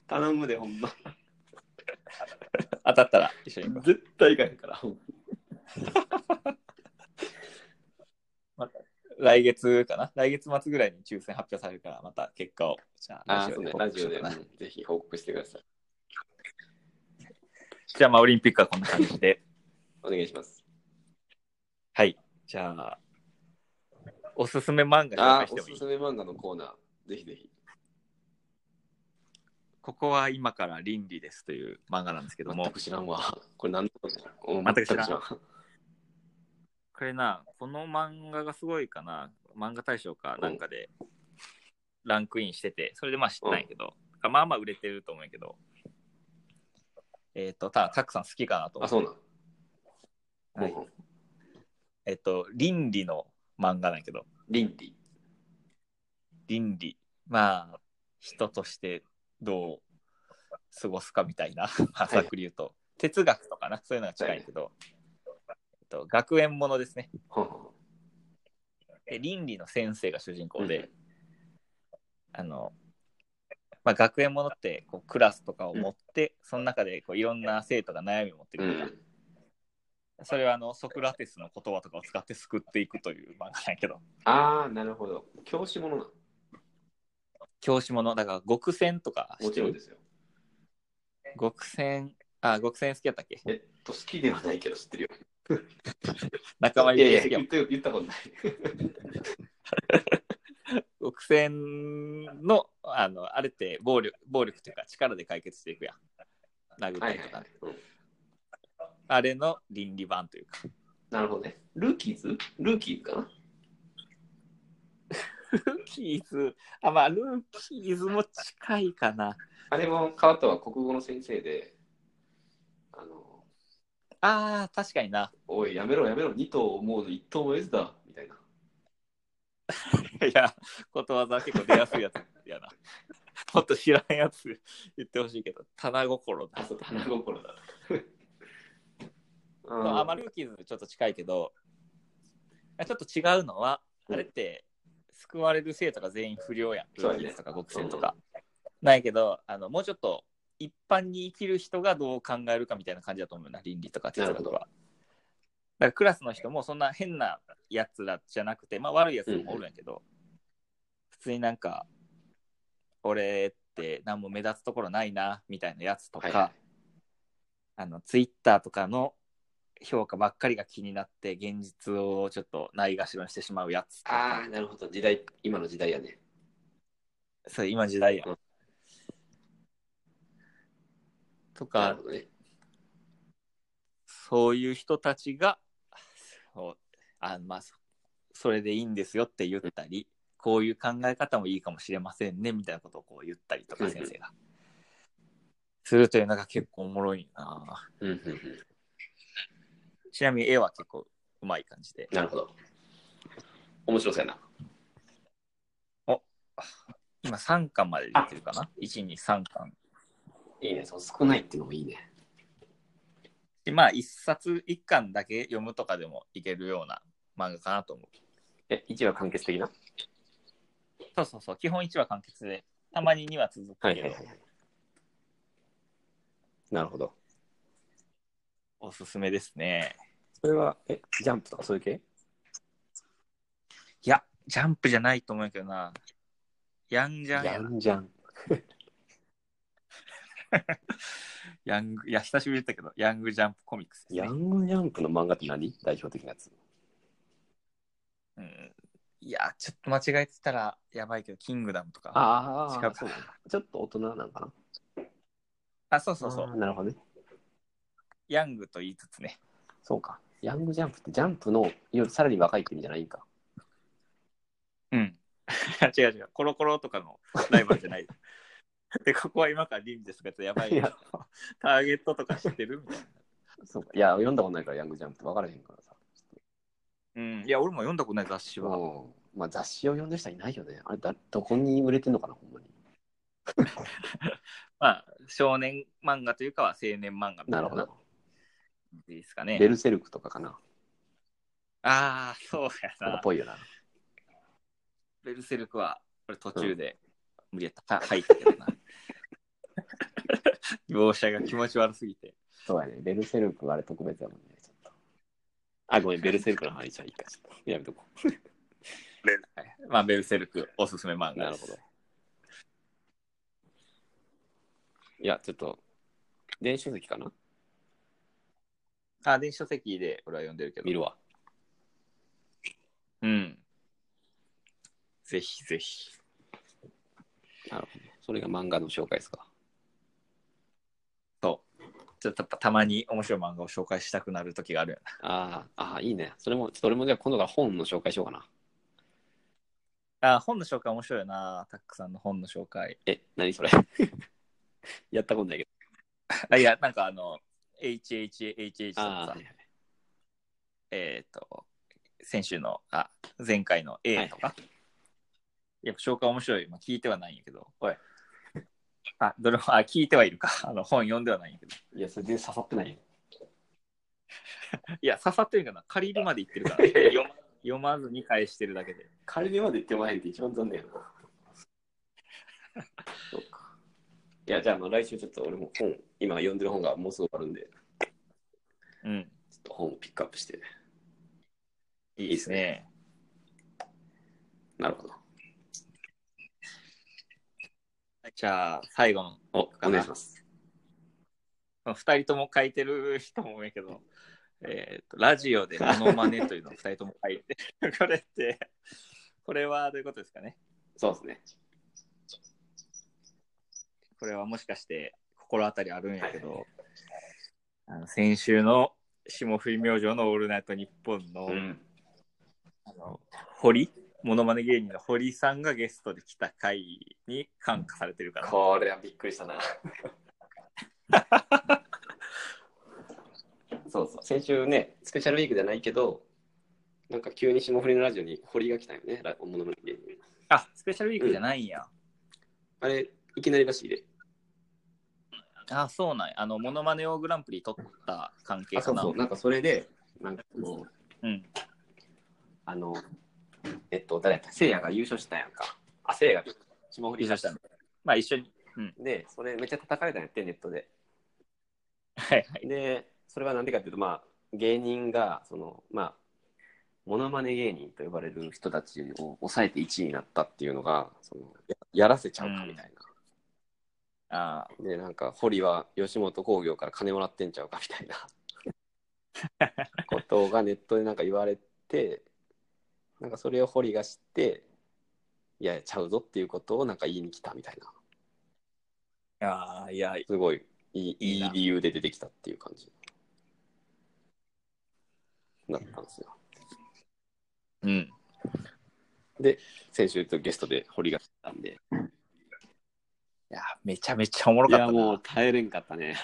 Speaker 1: 頼むで、ほんま。
Speaker 2: 当たったら一緒に行こう。
Speaker 1: 絶対行かへんから。
Speaker 2: 来月かな来月末ぐらいに抽選発表されるから、また結果を。じゃ
Speaker 1: あ
Speaker 2: あ、
Speaker 1: あ、
Speaker 2: 来
Speaker 1: そ
Speaker 2: 週
Speaker 1: うね、
Speaker 2: 報
Speaker 1: ラ
Speaker 2: 告し
Speaker 1: ジ
Speaker 2: よ
Speaker 1: オで、
Speaker 2: うかな
Speaker 1: うんぜひ報告してください。
Speaker 2: じゃあ、まあ、オリンピックはこんな感じで。
Speaker 1: お願いします。
Speaker 2: はい。 じゃあ、おすすめ漫画紹
Speaker 1: ああお
Speaker 2: 介、してもい
Speaker 1: す
Speaker 2: い
Speaker 1: すめ漫画のコーナー、ぜひぜひ。
Speaker 2: ここは今から倫理ですという漫画なんですけども
Speaker 1: 全、く知らんわ。これ何のことだうん
Speaker 2: 全く知らん
Speaker 1: 全
Speaker 2: これな、この漫画がすごいかな、漫画大賞かなんかでランクインしてて、それでまあ知ったんやけど、まあまあ売れてると思うんやけど、えっ、と、ただ、たくさん好きかなと
Speaker 1: あ、
Speaker 2: 思
Speaker 1: そうなん。
Speaker 2: う。はい
Speaker 1: もう
Speaker 2: えっ、と、倫理の漫画なんやけど、
Speaker 1: 倫理。
Speaker 2: 倫理、まあ、人としてどう過ごすかみたいな、まあざっくり言うと、哲学とかな、そういうのが近いんやけど、えっと、学園ものですね。
Speaker 1: ほんほんほん
Speaker 2: で倫理の先生が主人公で、
Speaker 1: うん
Speaker 2: あの、まあ、学園ものってこうクラスとかを持って、その中でこういろんな生徒が悩みを持ってく
Speaker 1: う
Speaker 2: るから、
Speaker 1: ん。
Speaker 2: それはあのソクラテスの言葉とかを使って救っていくという漫画なんやけど
Speaker 1: ああ、なるほど。教師ものな。
Speaker 2: 教師ものだから極戦とか
Speaker 1: もちろんですよ。
Speaker 2: 極戦あ極戦好きやったっけ
Speaker 1: えっと、好きではないけど知ってるよ。
Speaker 2: 仲間
Speaker 1: い
Speaker 2: 入
Speaker 1: や
Speaker 2: り
Speaker 1: い
Speaker 2: 好
Speaker 1: や、
Speaker 2: きや
Speaker 1: 言
Speaker 2: も
Speaker 1: っ
Speaker 2: ん
Speaker 1: た言ったことない。
Speaker 2: 極戦のあのあれって暴力暴力というか力で解決していくやん殴った
Speaker 1: はい
Speaker 2: り
Speaker 1: は
Speaker 2: と
Speaker 1: い
Speaker 2: か、
Speaker 1: はい。うん
Speaker 2: あれの倫理版というか
Speaker 1: なるほどね。ルーキーズルーキーズかな
Speaker 2: ルーキーズ、あ、まあ、ルーキーズも近いかな。
Speaker 1: あれも、川田は国語の先生で、あの、
Speaker 2: ああ、確かにな。
Speaker 1: おい、やめろやめろ、二頭を思うの一頭もえずだ、みたいな。
Speaker 2: いや、ことわざは結構出やすいやつやな。もっと知らんやつ言ってほしいけど、棚心だ
Speaker 1: あ、。そう、花心 だ。あ
Speaker 2: あ、
Speaker 1: ー
Speaker 2: まあ、ルーキーズちょっと近いけど、あちょっと違うのは、
Speaker 1: うん
Speaker 2: あれって、救われる生徒が全員不良やん。ル
Speaker 1: そう
Speaker 2: ー
Speaker 1: やね
Speaker 2: キーズとか極戦とか。ないけど、あの、もうちょっと、一般に生きる人がどう考えるかみたいな感じだと思うな、倫理とか哲学と
Speaker 1: な
Speaker 2: か。だからクラスの人もそんな変なやつらじゃなくて、まあ悪いやつもおるんやけど、普通になんか、俺って何も目立つところないな、みたいなやつとか、
Speaker 1: はいはい
Speaker 2: あの、ツイッターとかの評価ばっかりが気になって、現実をちょっとないがしろにしてしまうやつとか
Speaker 1: あー、なるほど。時代、今の時代やね。
Speaker 2: そう、今時代や
Speaker 1: うん
Speaker 2: ん。
Speaker 1: な
Speaker 2: と
Speaker 1: る
Speaker 2: か
Speaker 1: ほ、どね。
Speaker 2: そういう人たちが、そうあまあ、そそれでいいんですよって言ったり、こういう考え方もいいかもしれませんね、みたいなことをこう言ったりと
Speaker 1: う
Speaker 2: か、
Speaker 1: んうん
Speaker 2: 先生が。するというのが結構おもろいな
Speaker 1: うんうんうん。
Speaker 2: ちなみに絵は結構うまい感じで。
Speaker 1: なるほど。面白そうやな。
Speaker 2: 今3巻まで出てるかな ?1、2、3巻。
Speaker 1: いいね。その少ないっていうのもいいね。
Speaker 2: でまあ、1冊1巻だけ読むとかでもいけるような漫画かなと思う。
Speaker 1: え、一話完結的な
Speaker 2: そうそうそう、基本1話完結で、たまに2話続く
Speaker 1: は
Speaker 2: け
Speaker 1: い
Speaker 2: ど、
Speaker 1: はいはいはい。なるほど。
Speaker 2: おすすめですね。
Speaker 1: それは、え、ジャンプとかそういう系
Speaker 2: いや、ジャンプじゃないと思うけどな。ヤンジャン
Speaker 1: ジ
Speaker 2: や
Speaker 1: ャ
Speaker 2: な。
Speaker 1: ンジャン。
Speaker 2: ヤング、いや、久しぶりだったけど、ヤングジャンプコミックスです
Speaker 1: ヤ
Speaker 2: ね。
Speaker 1: ングジャンプの漫画って何代表的なやつ。
Speaker 2: うん、いや、ちょっと間違えてたらやばいけど、キングダムとか。
Speaker 1: あ
Speaker 2: 近
Speaker 1: あ、
Speaker 2: く
Speaker 1: そうちょっと大人なんかな。
Speaker 2: あそうそうそ
Speaker 1: あ
Speaker 2: う。
Speaker 1: ーなるほどね。
Speaker 2: ヤングと言いつつね。
Speaker 1: そうか。ヤングジャンプってジャンプのよりさらに若いって意味じゃないんか。
Speaker 2: うん。 違う違う。コロコロとかのライバルじ ゃない。で、ここは今からリンですが、ちょっとやばい
Speaker 1: いや
Speaker 2: よ。ターゲットとか知ってるみたいな。
Speaker 1: そうか。いや、読んだことないからヤングジャンプって分からへんからさ。
Speaker 2: うん。いや、俺も読んだことない雑誌は。
Speaker 1: うんまあ雑誌を読んでる人はいないよね。あれだ、どこに売れてんのかな、ほんまに。
Speaker 2: まあ、少年漫画というかは青年漫画みた
Speaker 1: ないる
Speaker 2: な
Speaker 1: ほど。
Speaker 2: 感じですか
Speaker 1: ベ
Speaker 2: ね。
Speaker 1: ルセルクとかかな。
Speaker 2: ああ、そうや
Speaker 1: なんか
Speaker 2: な。
Speaker 1: ぽいよな。
Speaker 2: ベルセルクは、これ途中で無理やった。は入ったけどな。 描写が気持ち悪すぎて。
Speaker 1: そうやね。ベルセルクはあれ特別やもんね。ちょっと。あ、ごめん、ベルセルクの話はいいか。ちょっとやめとこ
Speaker 2: はいまあ、ベルセルクおすすめ 漫画
Speaker 1: う。な
Speaker 2: で
Speaker 1: る
Speaker 2: す
Speaker 1: ほど。いや、ちょっと、電子書籍かな
Speaker 2: あ、電子書籍で俺は読んでるけど
Speaker 1: 見。るわ。
Speaker 2: うん。ぜひぜひ。
Speaker 1: なるほど。それが漫画の紹介ですか。
Speaker 2: ちょっとやっぱたまに面白い漫画を紹介したくなる時があるよ
Speaker 1: あーあー、いいね。それも、ちょっと俺もじゃあ今度から本の紹介しようかな。
Speaker 2: な。あ、本の紹介面白いよな。たくさんの本の紹介。
Speaker 1: え、何それ やったことないけど。
Speaker 2: あいや、なんかあの、HHHH さん
Speaker 1: あ
Speaker 2: さ
Speaker 1: あ、はいはい
Speaker 2: えっ、と、先週の、あ、前回の A とか。やっぱ紹介面白い。まあ、聞いてはないんやけど。
Speaker 1: おい。
Speaker 2: あ、どれも、あ、聞いてはいるか。 あの、本読んではないんやけど。
Speaker 1: いや、それ全然刺さってないよ。
Speaker 2: いや、刺さってるかな。借りるまで行ってる から、読ま読まずに返してるだけで。
Speaker 1: 仮にまで言ってもらえへんって一番残念やな。そうか。いや、じゃあ、まあ来週ちょっと俺も本、今読んでる本がもうすぐ終わるんで、ちょ
Speaker 2: うん。
Speaker 1: っと本をピックアップして。
Speaker 2: いいですね。
Speaker 1: なるほど。
Speaker 2: じゃあ、最後の
Speaker 1: お、お願いします。
Speaker 2: まあ二人とも書いてる人も多いけど、えーとラジオでモノマネというのを二人とも書いて る、これって、これはどういうことですかね
Speaker 1: そうですね。
Speaker 2: これはもしかして心当たりあるんやけど、あの先週の霜降り明星のオールナイトニッポンの,、
Speaker 1: うん。
Speaker 2: あの堀、モノマネ芸人の堀さんがゲストで来た回に感化されてるから、
Speaker 1: これはびっくりした な。そうそう。先週ね、スペシャルウィークじゃないけど、なんか急に霜降りのラジオに堀が来たよね、ラモノマネ芸人
Speaker 2: あスペシャルウィークじゃないんや。
Speaker 1: あれ、いきなりらしいで。
Speaker 2: あ、そうなんや。あの、モノマネ王グランプリ取った関係
Speaker 1: あ、
Speaker 2: か
Speaker 1: そう
Speaker 2: な。
Speaker 1: そう。なんかそれで、なんかもう、
Speaker 2: うん。
Speaker 1: あの、えっと、誰やったせいやが優勝したやんか。あ、せいやが霜降
Speaker 2: 優
Speaker 1: り
Speaker 2: 勝したの。まあ一緒に。
Speaker 1: で、それめっちゃ叩かれたんやって、ネットで。
Speaker 2: はいはい。
Speaker 1: で、それはなんでかっていうと、まあ、芸人が、その、まあ、モノマネ芸人と呼ばれる人たちを抑えて1位になったっていうのが、そのややらせちゃうかみたい
Speaker 2: ああ、
Speaker 1: な。で、なんか、堀は吉本興業から金もらってんちゃうかみたいなことがネットでなんか言われて、なんかそれを堀が知って、いや、ちゃうぞっていうことをなんか言いに来たみたいな。
Speaker 2: いやーいや、
Speaker 1: すごいいい
Speaker 2: いい
Speaker 1: い
Speaker 2: ない
Speaker 1: 理由で出てきたっていう感じだったんですよ。
Speaker 2: うん。
Speaker 1: 先週とゲストで堀が来たんで。
Speaker 2: いや、めちゃめちゃおもろかったな。
Speaker 1: う耐えれんかった ね。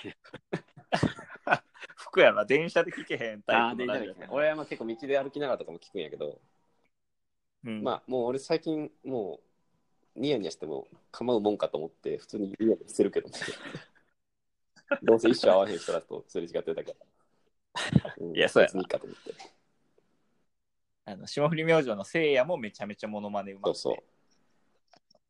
Speaker 2: 服やな、電車で聞けへんタイプのラジオやな
Speaker 1: 俺はまあ結構道で歩きながらとかも聞くんやけど、
Speaker 2: うん、
Speaker 1: ま
Speaker 2: ま
Speaker 1: あもう俺最近もうニヤニヤしても構うもんかと思って普通にニヤニヤしてるけ どね。どうせ一生会わへん人だとすれ違ってるだけだ。
Speaker 2: いやそうやな
Speaker 1: 別にいいかと思って。
Speaker 2: あの霜降り明星のせいやもめちゃめちゃモノマネうま
Speaker 1: そ
Speaker 2: く
Speaker 1: うそ
Speaker 2: て
Speaker 1: う。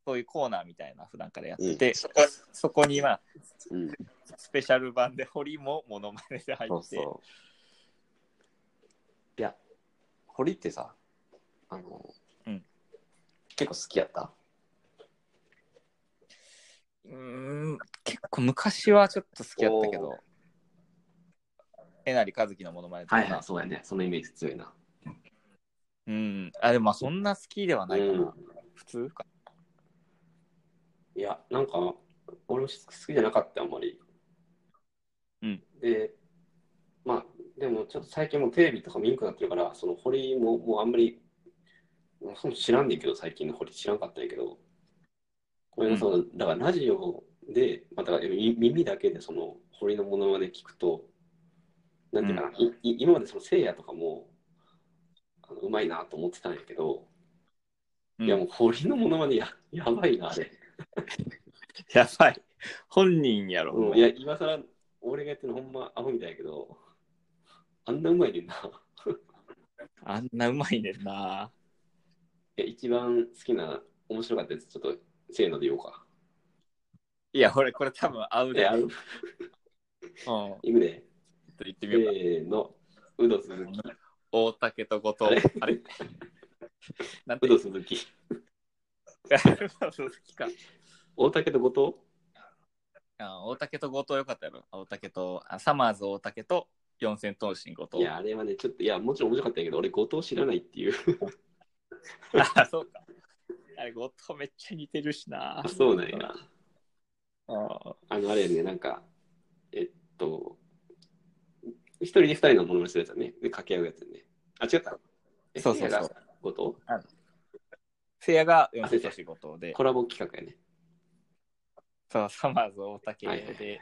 Speaker 2: そういうコーナーみたいな普段からやって
Speaker 1: う
Speaker 2: て、
Speaker 1: ん
Speaker 2: そこそこにまあ
Speaker 1: うん、
Speaker 2: スペシャル版で堀もモノマネで入
Speaker 1: そう
Speaker 2: って
Speaker 1: そう。いや、堀ってさ、あの、
Speaker 2: うん
Speaker 1: 結構好きやった
Speaker 2: うーん結構昔はちょっと好きやったけ
Speaker 1: お
Speaker 2: どえなりかずきのモノマネとか、
Speaker 1: そうやね。そのイメージ強いな。
Speaker 2: うんあでもまあそんな好きではないかな、
Speaker 1: うん
Speaker 2: 普通か
Speaker 1: いや、なんか、俺も好きじゃなかった、あんまり。
Speaker 2: うん。
Speaker 1: で、まあ、でもちょっと最近もうテレビとか見んくなってるから、その堀ももうあんまり、もうそも知らんねんけど、最近の堀知らんかったんやけど、これがその、だからラジオで、まあ、だから耳耳だけでその堀のものまで聞くと、なんていうかな、いい今までそのせいやとかも、あのうまいなと思ってたんやけど、
Speaker 2: うん
Speaker 1: いやもう堀のものまねややばいな、あれ。
Speaker 2: やばい本人やろ、も
Speaker 1: う、
Speaker 2: うん
Speaker 1: いや、今更、俺がやってるのほんまアホみたいやけど、あんなうまいねんな。
Speaker 2: あんなうまいねんない
Speaker 1: や、一番好きな、面白かったやつ、ちょっと、せーので言おうか。
Speaker 2: いや俺これ多分合う
Speaker 1: い
Speaker 2: で、
Speaker 1: や、
Speaker 2: うん、ち
Speaker 1: い
Speaker 2: ょ
Speaker 1: くで、
Speaker 2: っと言っ
Speaker 1: せ
Speaker 2: てみようか
Speaker 1: ーの、うど鈴木、
Speaker 2: 大竹と後
Speaker 1: あれ
Speaker 2: 藤あれなんて
Speaker 1: うど鈴木、
Speaker 2: そう好きか
Speaker 1: 大竹と後
Speaker 2: あ大竹と後藤よかったやろ大竹とあサマーズ大竹と四千頭身後
Speaker 1: 藤い
Speaker 2: 藤
Speaker 1: や、あれはね、ちょっと、いや、もちろん面白かったんやけど、俺、後藤知らないっていう。
Speaker 2: あそうかあれ後藤めっちゃ似てるしな
Speaker 1: あ、 そうなんや。
Speaker 2: あ
Speaker 1: あの、あれやね、なんか、えっと、一人で二人のものまねするやつだね。で、掛け合うやつだね。あ、違った。え
Speaker 2: そうそうそう。
Speaker 1: 後藤
Speaker 2: せいやが四千頭身後藤で
Speaker 1: コラボ企画やね。
Speaker 2: そうサマーズ大竹で、
Speaker 1: はいはい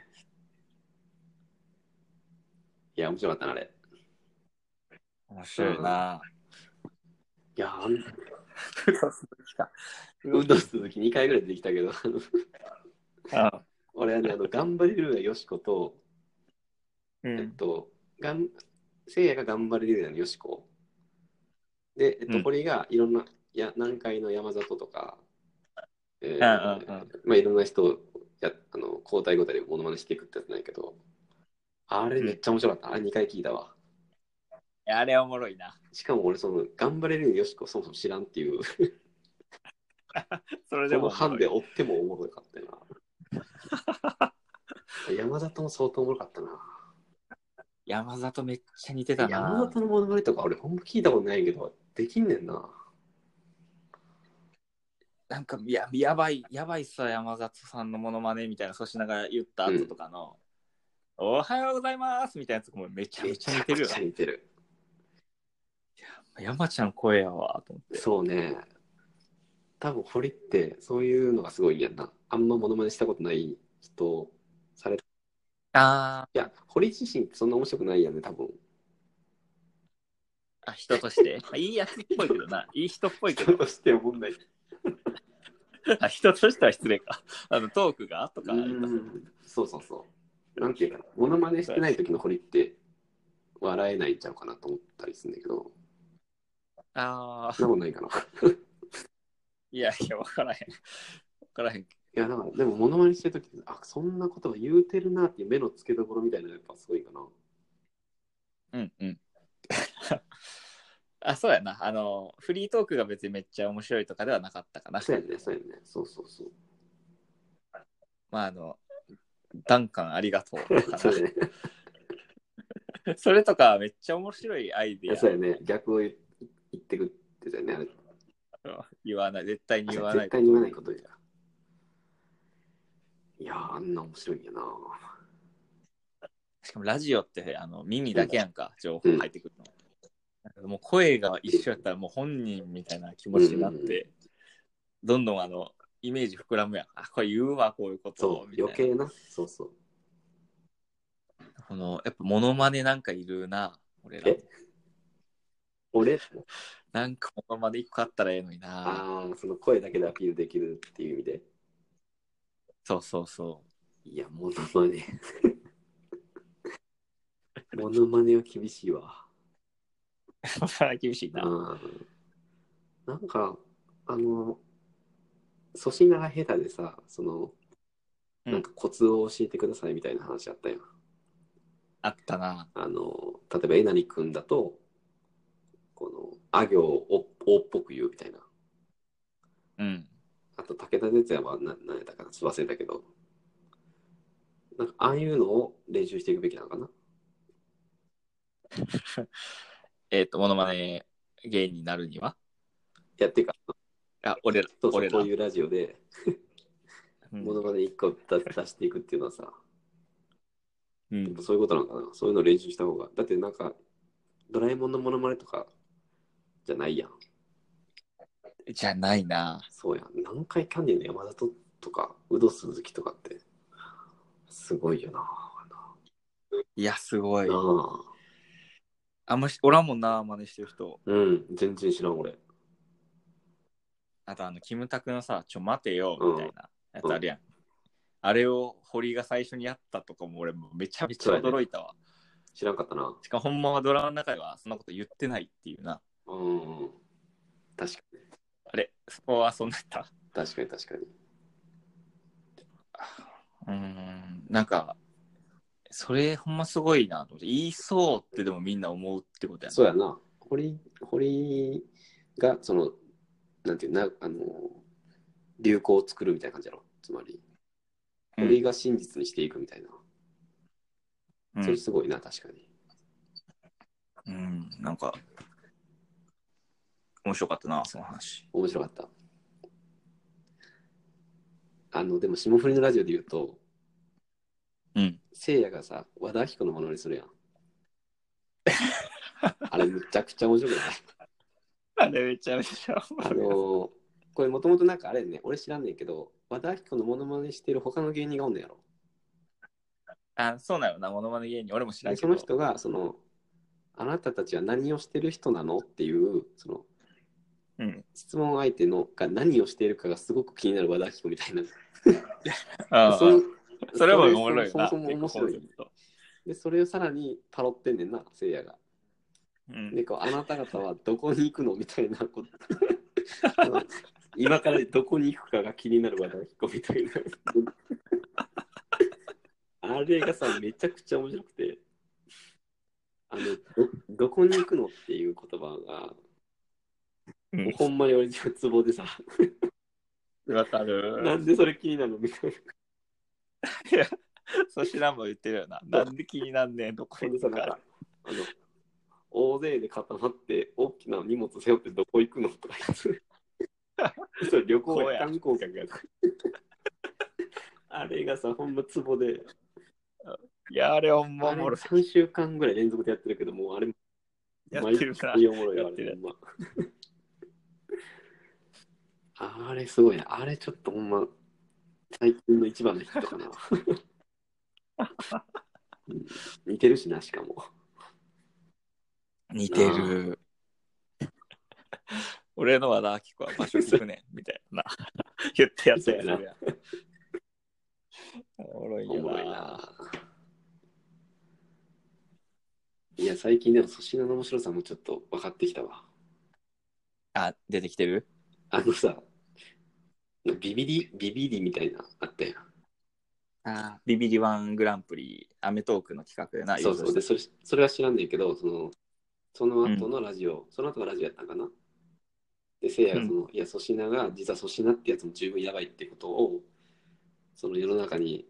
Speaker 1: いや、面白かったな、あれ。
Speaker 2: 面白いない
Speaker 1: や、あん
Speaker 2: うど鈴木か
Speaker 1: 運動するとき2回ぐらい出てきたけど、 あの
Speaker 2: あ
Speaker 1: 俺はね、あの、頑張れるやよしこと、
Speaker 2: う
Speaker 1: えっ
Speaker 2: ん
Speaker 1: と、がん、せいやが頑張れるやのよしこ。で、えっ
Speaker 2: う
Speaker 1: と、
Speaker 2: ん
Speaker 1: 堀がいろんな、や、南海の山里とか、え
Speaker 2: うんうんうん
Speaker 1: まあ、いろんな人をや、あの、交代交代でモノマネしていくってやつないけど、あれめっちゃ面白かった。あれ2回聞いたわ。
Speaker 2: いやあれはおもろいな
Speaker 1: しかも俺、その、頑張れるやよしこそもそも知らんっていう、
Speaker 2: それ
Speaker 1: そ
Speaker 2: でも
Speaker 1: の
Speaker 2: おも
Speaker 1: 班
Speaker 2: ろい
Speaker 1: で追ってもおもろかったよ な。山里も相当おもろかったな。
Speaker 2: 山里めっちゃ似てたな
Speaker 1: 山里のモノマネとか俺ほんま聞いたことないけど、できんねんな。
Speaker 2: なんかややばいやばいさ山里さんのモノマネみたいなそうしながら言った後とかの、おはようございますみたいなやつもめちゃめちゃ似てる
Speaker 1: め
Speaker 2: よ
Speaker 1: ちゃくちゃ似てる。
Speaker 2: 山ちゃん声やわと思って
Speaker 1: そうね。多分堀ってそういうのがすごいんやんな。あんまモノマネしたことない人された。い
Speaker 2: あ
Speaker 1: や、堀自身ってそんな面白くないやんね、多分。
Speaker 2: あ人として あいいやつっぽいけどないい人っぽいけ
Speaker 1: 人
Speaker 2: ど
Speaker 1: として思んない。
Speaker 2: あ人としては失礼かあのトークがとか
Speaker 1: うんそうそうそう。なんていうかな、モノマネしてない時の堀って笑えないんちゃうかなと思ったりするんだけど、
Speaker 2: ああ
Speaker 1: そんなことないかな。
Speaker 2: いやいや分からへん分からへん
Speaker 1: いや、だから、でも、モノマネしてるとき、あ、そんなことを言うてるなっていう目の付けどころみたいなのがやっぱすごいかな。
Speaker 2: うんうん あそうやなあのフリートークが別にめっちゃ面白いとかではなかったかな
Speaker 1: そうやんね、そうやんね。そうそうそう。
Speaker 2: まああの、ダンカンありがとうと
Speaker 1: そう
Speaker 2: か
Speaker 1: やね。
Speaker 2: な。それとかめっちゃ面白いアイディ
Speaker 1: そう
Speaker 2: ア
Speaker 1: やね。逆を言ってくってたよね。あれ
Speaker 2: 言わない、絶対に言わない
Speaker 1: 絶。対に言わないことや。いやー、あんな面白いんやな。
Speaker 2: しかもラジオってあの耳だけやんか、情報入ってくるの。なんかもう声が一緒やったらもう本人みたいな気持ちになって、どんどんあの、イメージ膨らむやん。あ、これ言うわ、こういうこと
Speaker 1: そ
Speaker 2: を
Speaker 1: う、
Speaker 2: みたいな
Speaker 1: 余計な。そうそう。
Speaker 2: この、やっぱモノマネなんかいるな、俺ら
Speaker 1: え。俺、
Speaker 2: なんかモノマネ一個あったらええのにな。
Speaker 1: ああ、その声だけでアピールできるっていう意味で。
Speaker 2: そうそう そ
Speaker 1: いや、モノマ ネ。モノマネは厳しいわ。
Speaker 2: う。厳しいな。
Speaker 1: うんなんか、あの、粗品が下手でさ、その、
Speaker 2: うん
Speaker 1: なんかコツを教えてくださいみたいな話あったやん。
Speaker 2: あったな。
Speaker 1: あの、例えばえなりくんだと、この、あ行をおっぽく言うみたいな。
Speaker 2: うん。
Speaker 1: あと、武田鉄矢はな何やったかな、ちょっと忘れたけど、なんか、ああいうのを練習していくべきなのかな。
Speaker 2: えっ、と、モノマネ芸人になるには
Speaker 1: やっていうか、
Speaker 2: あ、俺ら、
Speaker 1: そうそう
Speaker 2: 俺ら。
Speaker 1: こういうラジオで、
Speaker 2: うん
Speaker 1: ものまね一個出出していくっていうのはさ、
Speaker 2: う
Speaker 1: やっ
Speaker 2: ん
Speaker 1: ぱそういうことなのかな。そういうの練習した方が。だってなんか、ドラえもんのモノマネとかじゃないやん。
Speaker 2: じゃないな。
Speaker 1: そうやん。南海キャンディーの山里とか、有働鈴木とかって、すごいよな。
Speaker 2: いや、すごい
Speaker 1: な。あ
Speaker 2: あんまし、おらんもんな、真似してる人。
Speaker 1: うん、全然知らん俺。
Speaker 2: あと、あの、キムタクのさ、ちょ、待てよ、みたいなやつあるやん。あれを堀井が最初にやったとかも俺もめちゃめちゃ驚いたわ。
Speaker 1: 知らんかったな。
Speaker 2: しかもほんまはドラマの中ではそんなこと言ってないっていうな。
Speaker 1: うんうん。確かに。
Speaker 2: あれ、そこはそんなやった
Speaker 1: 確かに確かに。
Speaker 2: うーんなんか、それほんますごいなと思って、言いそうってでもみんな思うってことやな
Speaker 1: そうやな。堀、堀が、その、なんていうな、あの、流行を作るみたいな感じやろ。つまり、
Speaker 2: うん
Speaker 1: 堀が真実にしていくみたいな。
Speaker 2: うん
Speaker 1: それすごいな、確かに。
Speaker 2: うん、なんか、面白かったな、その話。
Speaker 1: 面白かった。あの、でも、霜降りのラジオで言うと、
Speaker 2: うん。
Speaker 1: せいやがさ、和田アキ子のものにす るやん。あれ、むちゃくちゃ面白くない
Speaker 2: あれめちゃめちゃ面
Speaker 1: あのーこれもともとなんかあれね、俺知らんねんけど、和田アキ子のモノマネしてる他の芸人がおんねんやろ。
Speaker 2: あ、そうなのな、モノマネ芸人、俺も知ら
Speaker 1: で
Speaker 2: んけ
Speaker 1: そ
Speaker 2: ど。
Speaker 1: の人が、その、あなたたちは何をしてる人なのっていう、その、
Speaker 2: うん。
Speaker 1: 質問相手のが何をしているかがすごく気になる和田アキ子みたいな。
Speaker 2: あ
Speaker 1: その
Speaker 2: それもおもろいな。
Speaker 1: そもそも面白い。で、それをさらにパロってんねんな、せいやが。
Speaker 2: うん
Speaker 1: で、こう、あなた方はどこに行くのみたいな こと。あの今からどこに行くかが気になる話題聞こうみたいな。あれがさ、めちゃくちゃ面白くて。あの、どどこに行くのっていう言葉が、
Speaker 2: うん
Speaker 1: ほんまに俺のツボでさ、
Speaker 2: わか
Speaker 1: な
Speaker 2: る。
Speaker 1: んでそれ気になるのみたいな。
Speaker 2: 粗品も言ってるよな。なんで気になんねん、どこ
Speaker 1: ほん
Speaker 2: に
Speaker 1: でさ、
Speaker 2: と
Speaker 1: なん
Speaker 2: か
Speaker 1: か。、あの、大勢で固まって、大きな荷物背負ってどこ行くのとか言って。 そう、旅行
Speaker 2: こう
Speaker 1: や
Speaker 2: や
Speaker 1: 観光客や。 あれがさ、ほんまツボで、
Speaker 2: いや、あれほんま
Speaker 1: あ
Speaker 2: お
Speaker 1: れ
Speaker 2: もろい。
Speaker 1: 3週間ぐらい連続でやってるけど、もうあれ、
Speaker 2: やってるな
Speaker 1: 毎日おもろいわ
Speaker 2: やってる
Speaker 1: あれ、ほんま。あ れすごいね。あれちょっとほんま、最近の一番のヒットか な。うん似てるしな、しかも。
Speaker 2: 似てる。俺の和田アキ子は場所聞くねん、みたい な。言ってやったやな
Speaker 1: そう。
Speaker 2: おもろい
Speaker 1: お
Speaker 2: よ
Speaker 1: もろい
Speaker 2: な。
Speaker 1: ないや最近でも粗品の面白さもちょっと分かってきたわ
Speaker 2: あ、出てきてる
Speaker 1: あのさビビリビビリみたいなあったやん
Speaker 2: あビビリワングランプリ、アメトークの企画でな。
Speaker 1: そうそうでそれそれは知らんねんけどそのその後のラジオ、その後がラジオやったんかなでせいやがその、いや粗品が実は粗品ってやつも十分やばいってことをその世の中に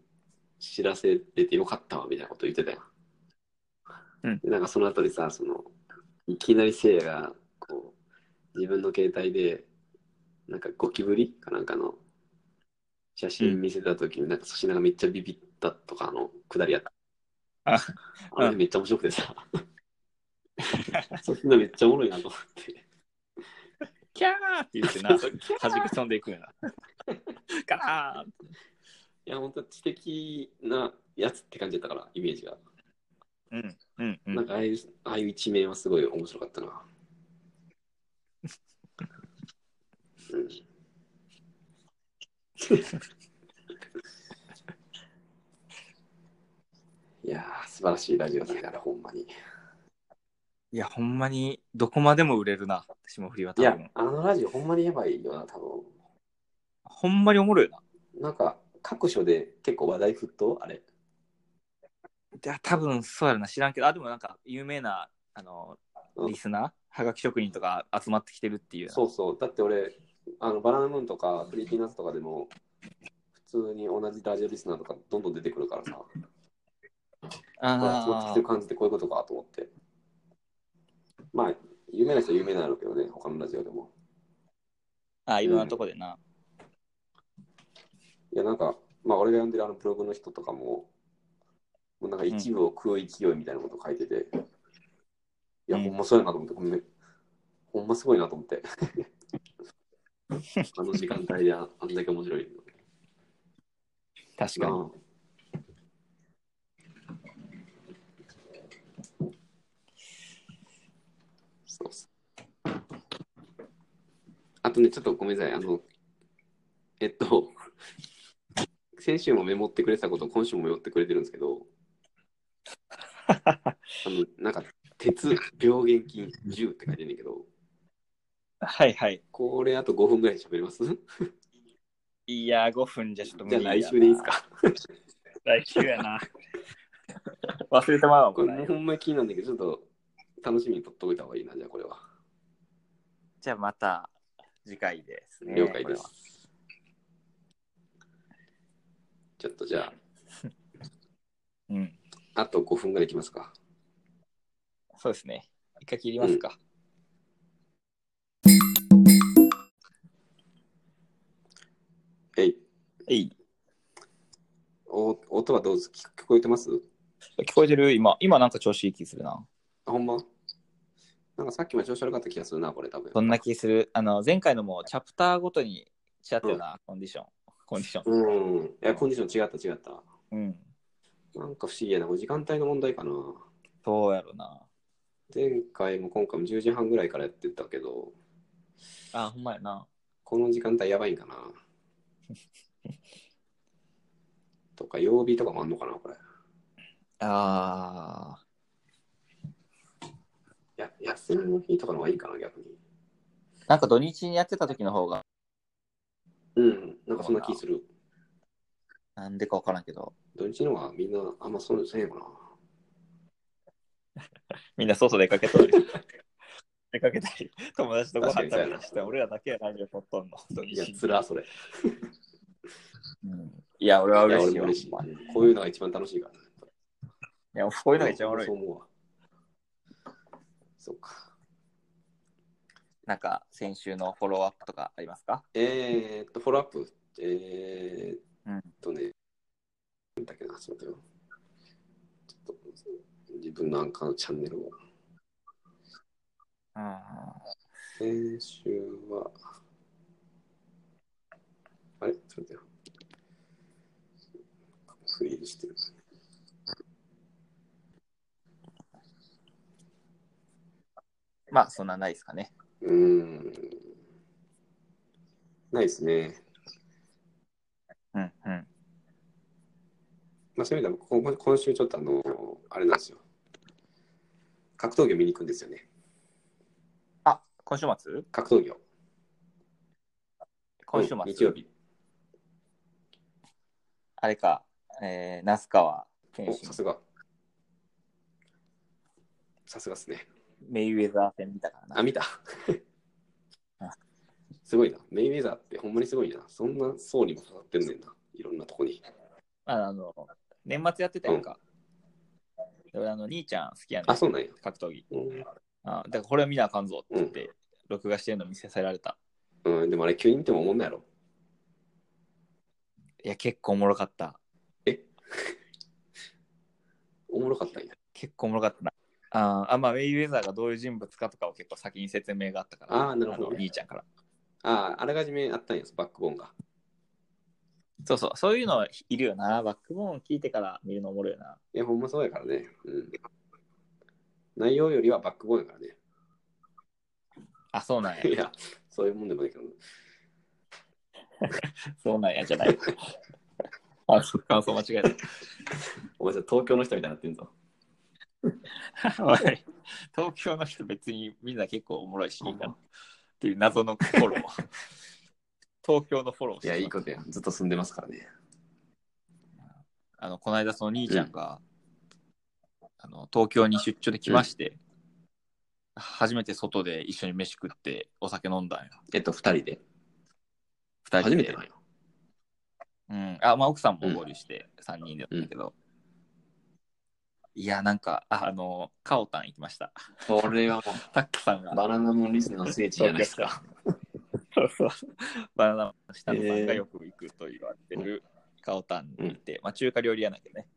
Speaker 1: 知らせれてよかったわみたいなこと言ってたやん
Speaker 2: うん
Speaker 1: でなんかその後でさそのいきなりせいやがこう自分の携帯でなんかゴキブリかなんかの写真見せた時に、なんか粗品がめっちゃビビったとかのくだりやった
Speaker 2: あ
Speaker 1: あれ
Speaker 2: うん
Speaker 1: めっちゃ面白くてさ粗品めっちゃおもろいなと思って
Speaker 2: キャーって言ってな、弾き飛んでいく よな。ガラーン
Speaker 1: いや本当知的なやつって感じだったからイメージが、
Speaker 2: うん、うん、う
Speaker 1: なん
Speaker 2: ん。
Speaker 1: かああいうああいう一面はすごい面白かったなうんいやー素晴らしいラジオだからほんまに
Speaker 2: いや、ほんまに、どこまでも売れるな、霜降りは多
Speaker 1: いや
Speaker 2: 分。
Speaker 1: あのラジオほんまにやばいよな多分
Speaker 2: ほんまにおもろいよな。
Speaker 1: なんか、各所で結構話題沸騰あれ。
Speaker 2: いや、多分そうやろな、知らんけど、あ、でもなんか、有名な、あの、
Speaker 1: うん
Speaker 2: リスナー、はがき職人とか集まってきてるっていう。
Speaker 1: そうそう。だって俺、あのバナナムーンとか、プリティナッツとかでも、普通に同じラジオリスナーとかどんどん出てくるからさ、
Speaker 2: あ
Speaker 1: 集まってき
Speaker 2: あ
Speaker 1: てる感じってこういうことかと思って。まあ、有名な人は有名なんだろうけどね、他のラジオでも。
Speaker 2: あ、いろんなとこでな。
Speaker 1: いや、なんか、まあ、俺が読んでるあのブログの人とかも、もうなんか一部を食う勢いみたいなこと書いてて、いや、
Speaker 2: うん
Speaker 1: ほんまそうやなと思って、ほんまほんますごいなと思って。あの時間帯でああんだけ面白い
Speaker 2: 確か
Speaker 1: の。
Speaker 2: に。
Speaker 1: うんそうそうあとね、ちょっとごめんなさい。あの、えっと、 先週もメモってくれてたこと、今週もメモってくれてるんですけ ど、あの、なんか、鉄病原菌10って書いてんねんけど、
Speaker 2: はいはい。
Speaker 1: これあと5分ぐらい喋ります
Speaker 2: いやー、5分じゃちょっと無
Speaker 1: じゃあ
Speaker 2: 理
Speaker 1: 来週でいいです
Speaker 2: か
Speaker 1: か
Speaker 2: 来週や な。忘れてまうわ、
Speaker 1: こ
Speaker 2: こ
Speaker 1: れね、
Speaker 2: れ
Speaker 1: ほ。んまに気になるんだけど、ちょっと楽しみに取っておいた方がいいな、じゃあこれは。
Speaker 2: じゃあまた次回ですね。
Speaker 1: 了解
Speaker 2: これ
Speaker 1: で
Speaker 2: は
Speaker 1: す。ちょっとじゃ
Speaker 2: うん。
Speaker 1: あ、あと5分ぐらいいきますか。
Speaker 2: そうですね。一回切りますか。
Speaker 1: えい、
Speaker 2: えい。
Speaker 1: お音はどうです聞聞こえてます
Speaker 2: 聞こえてる今。今なんか調子いい気するな。
Speaker 1: あ、ほんまなんかさっきも調子悪かった気がするな、これ多分。
Speaker 2: そんな気する。あの、前回のもチャプターごとに違ったよな、コンディション。コンディション。
Speaker 1: うん。いや、コンディション違った違った。
Speaker 2: うん。
Speaker 1: なんか不思議やな、これ時間帯の問題かな。
Speaker 2: そうやろな。
Speaker 1: 前回も今回も10時半ぐらいからやってたけど、
Speaker 2: あ、ほんまやな。
Speaker 1: この時間帯やばいん かな。とか、曜日とかもあんのかな、これ。
Speaker 2: あ
Speaker 1: や休みの日とかの方がいいかな、逆に。
Speaker 2: ー。なんか土日にやってた時の方が、
Speaker 1: うん、なんかそんな気する。
Speaker 2: なんでかわからんけど。
Speaker 1: 土日の方がみんなあんまそうせんやかな。
Speaker 2: みんな外出かけたり。出かけたり、友達と
Speaker 1: ご飯食べたりして
Speaker 2: 俺らだけやラジオ撮っとんの。
Speaker 1: いや、つら、それ。い
Speaker 2: いや、俺は
Speaker 1: や、
Speaker 2: 嬉
Speaker 1: 俺
Speaker 2: しい
Speaker 1: も
Speaker 2: わ。
Speaker 1: 嬉しい
Speaker 2: ほんまにい。
Speaker 1: こういうのが一番楽しいから。こ
Speaker 2: や、こういうのが一番おもろい
Speaker 1: そう。思うわ。そっか。
Speaker 2: なんか、先週のフォローアップとかありますか
Speaker 1: えー、っと、フォローアップ。えー、っとね、なんだっけな、ちょっと待ってよ。ちょっと、自分のアンカーのチャンネルを。
Speaker 2: うん。
Speaker 1: 先週は、あれちょっと待ってよ。フリーズしてる。
Speaker 2: まあ、そんなないですかね。
Speaker 1: うーん。ないですね。
Speaker 2: うんうん。
Speaker 1: まあ、そういう意味では、こ今週ちょっとあの、あれなんですよ。格闘技を見に行くんですよね。
Speaker 2: あ、今週末
Speaker 1: 格闘技を。
Speaker 2: 今週末、
Speaker 1: うん日曜日。
Speaker 2: あれか、えー、那須川
Speaker 1: お、
Speaker 2: 選手
Speaker 1: さ、すが。さすがですね。
Speaker 2: メイウェザー戦見たから
Speaker 1: あ、
Speaker 2: な。
Speaker 1: 見た
Speaker 2: あ。
Speaker 1: すごいな。メイウェザーってほんまにすごいな。そんな層にも刺さってんねんな。いろんなとこに。
Speaker 2: ああの、年末やってたやんか。で俺、あの、兄ちゃん好きやね
Speaker 1: あ、
Speaker 2: ん。
Speaker 1: そうなんや。
Speaker 2: 格闘技。
Speaker 1: うん
Speaker 2: あだからこれは見なあかんぞって言って、録画してるの見せさせられた。
Speaker 1: うん、でもあれ急に見ても思んないやろ。
Speaker 2: いや、結構おもろかった。
Speaker 1: おもろかったんや。
Speaker 2: 結構おもろかったな。あーあ、まあ、メイウェザーがどういう人物かとかを結構先に説明があったから、
Speaker 1: あーなるほどね
Speaker 2: の兄ちゃんから。
Speaker 1: ああ、あらかじめあったんや、バックボーンが。
Speaker 2: そうそう、そういうのいるよな。バックボーン聞いてから見るのおもろいよな。
Speaker 1: いや、ほんまそうやからね。うん。内容よりはバックボーンやからね。
Speaker 2: あ、そうなんや。
Speaker 1: いや、そういうもんでもないけど。
Speaker 2: そうなんやじ ゃない。あ、そう感想間違えた。
Speaker 1: お前さ、東京の人みたいになってんぞ。
Speaker 2: おい東京 の人別にみんな結構おもろいしいいかなっていう謎の心も。東京のフォローし
Speaker 1: い
Speaker 2: てし
Speaker 1: や、
Speaker 2: まった
Speaker 1: いいことや。ずっと住んでますからね。
Speaker 2: あのこの間その兄ちゃんが、あの東京に出張で来まして、初めて外で一緒に飯食ってお酒飲んだんよ
Speaker 1: えっと、二人で。
Speaker 2: 二人
Speaker 1: 初
Speaker 2: で
Speaker 1: めてなんよ。
Speaker 2: うんあまあ、奥さんも合流して3人だったけど、いやなんかああのカオタン行きました
Speaker 1: これはも
Speaker 2: タックさん
Speaker 1: う、
Speaker 2: が
Speaker 1: バナナムーンリスンの聖地じゃないですか。
Speaker 2: そうそうバナナの下のさんがよく行くと言われてるカオタンに行って、まあ、中華料理屋なんだけどね、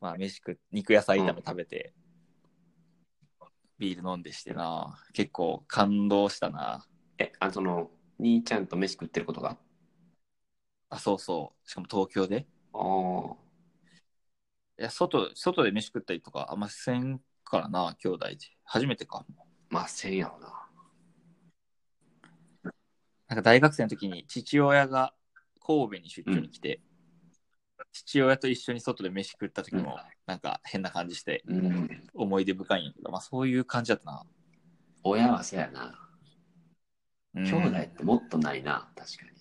Speaker 2: まあ、飯食っ肉野菜炒め食べて、ビール飲んでしてな結構感動したな
Speaker 1: え、あ、その、兄ちゃんと飯食ってることが。
Speaker 2: あそうそうしかも東京で
Speaker 1: ああ。
Speaker 2: いや外外で飯食ったりとかあんませんからな兄弟で初めてか
Speaker 1: まあ、せんやろな。
Speaker 2: なんか大学生の時に父親が神戸に出張に来て、父親と一緒に外で飯食った時
Speaker 1: うん
Speaker 2: もなんか変な感じして
Speaker 1: うん。
Speaker 2: 思い出深いんやけど、まあそういう感じだったな。
Speaker 1: 親はせやな。
Speaker 2: 兄
Speaker 1: 兄弟ってもっとないな、確かに。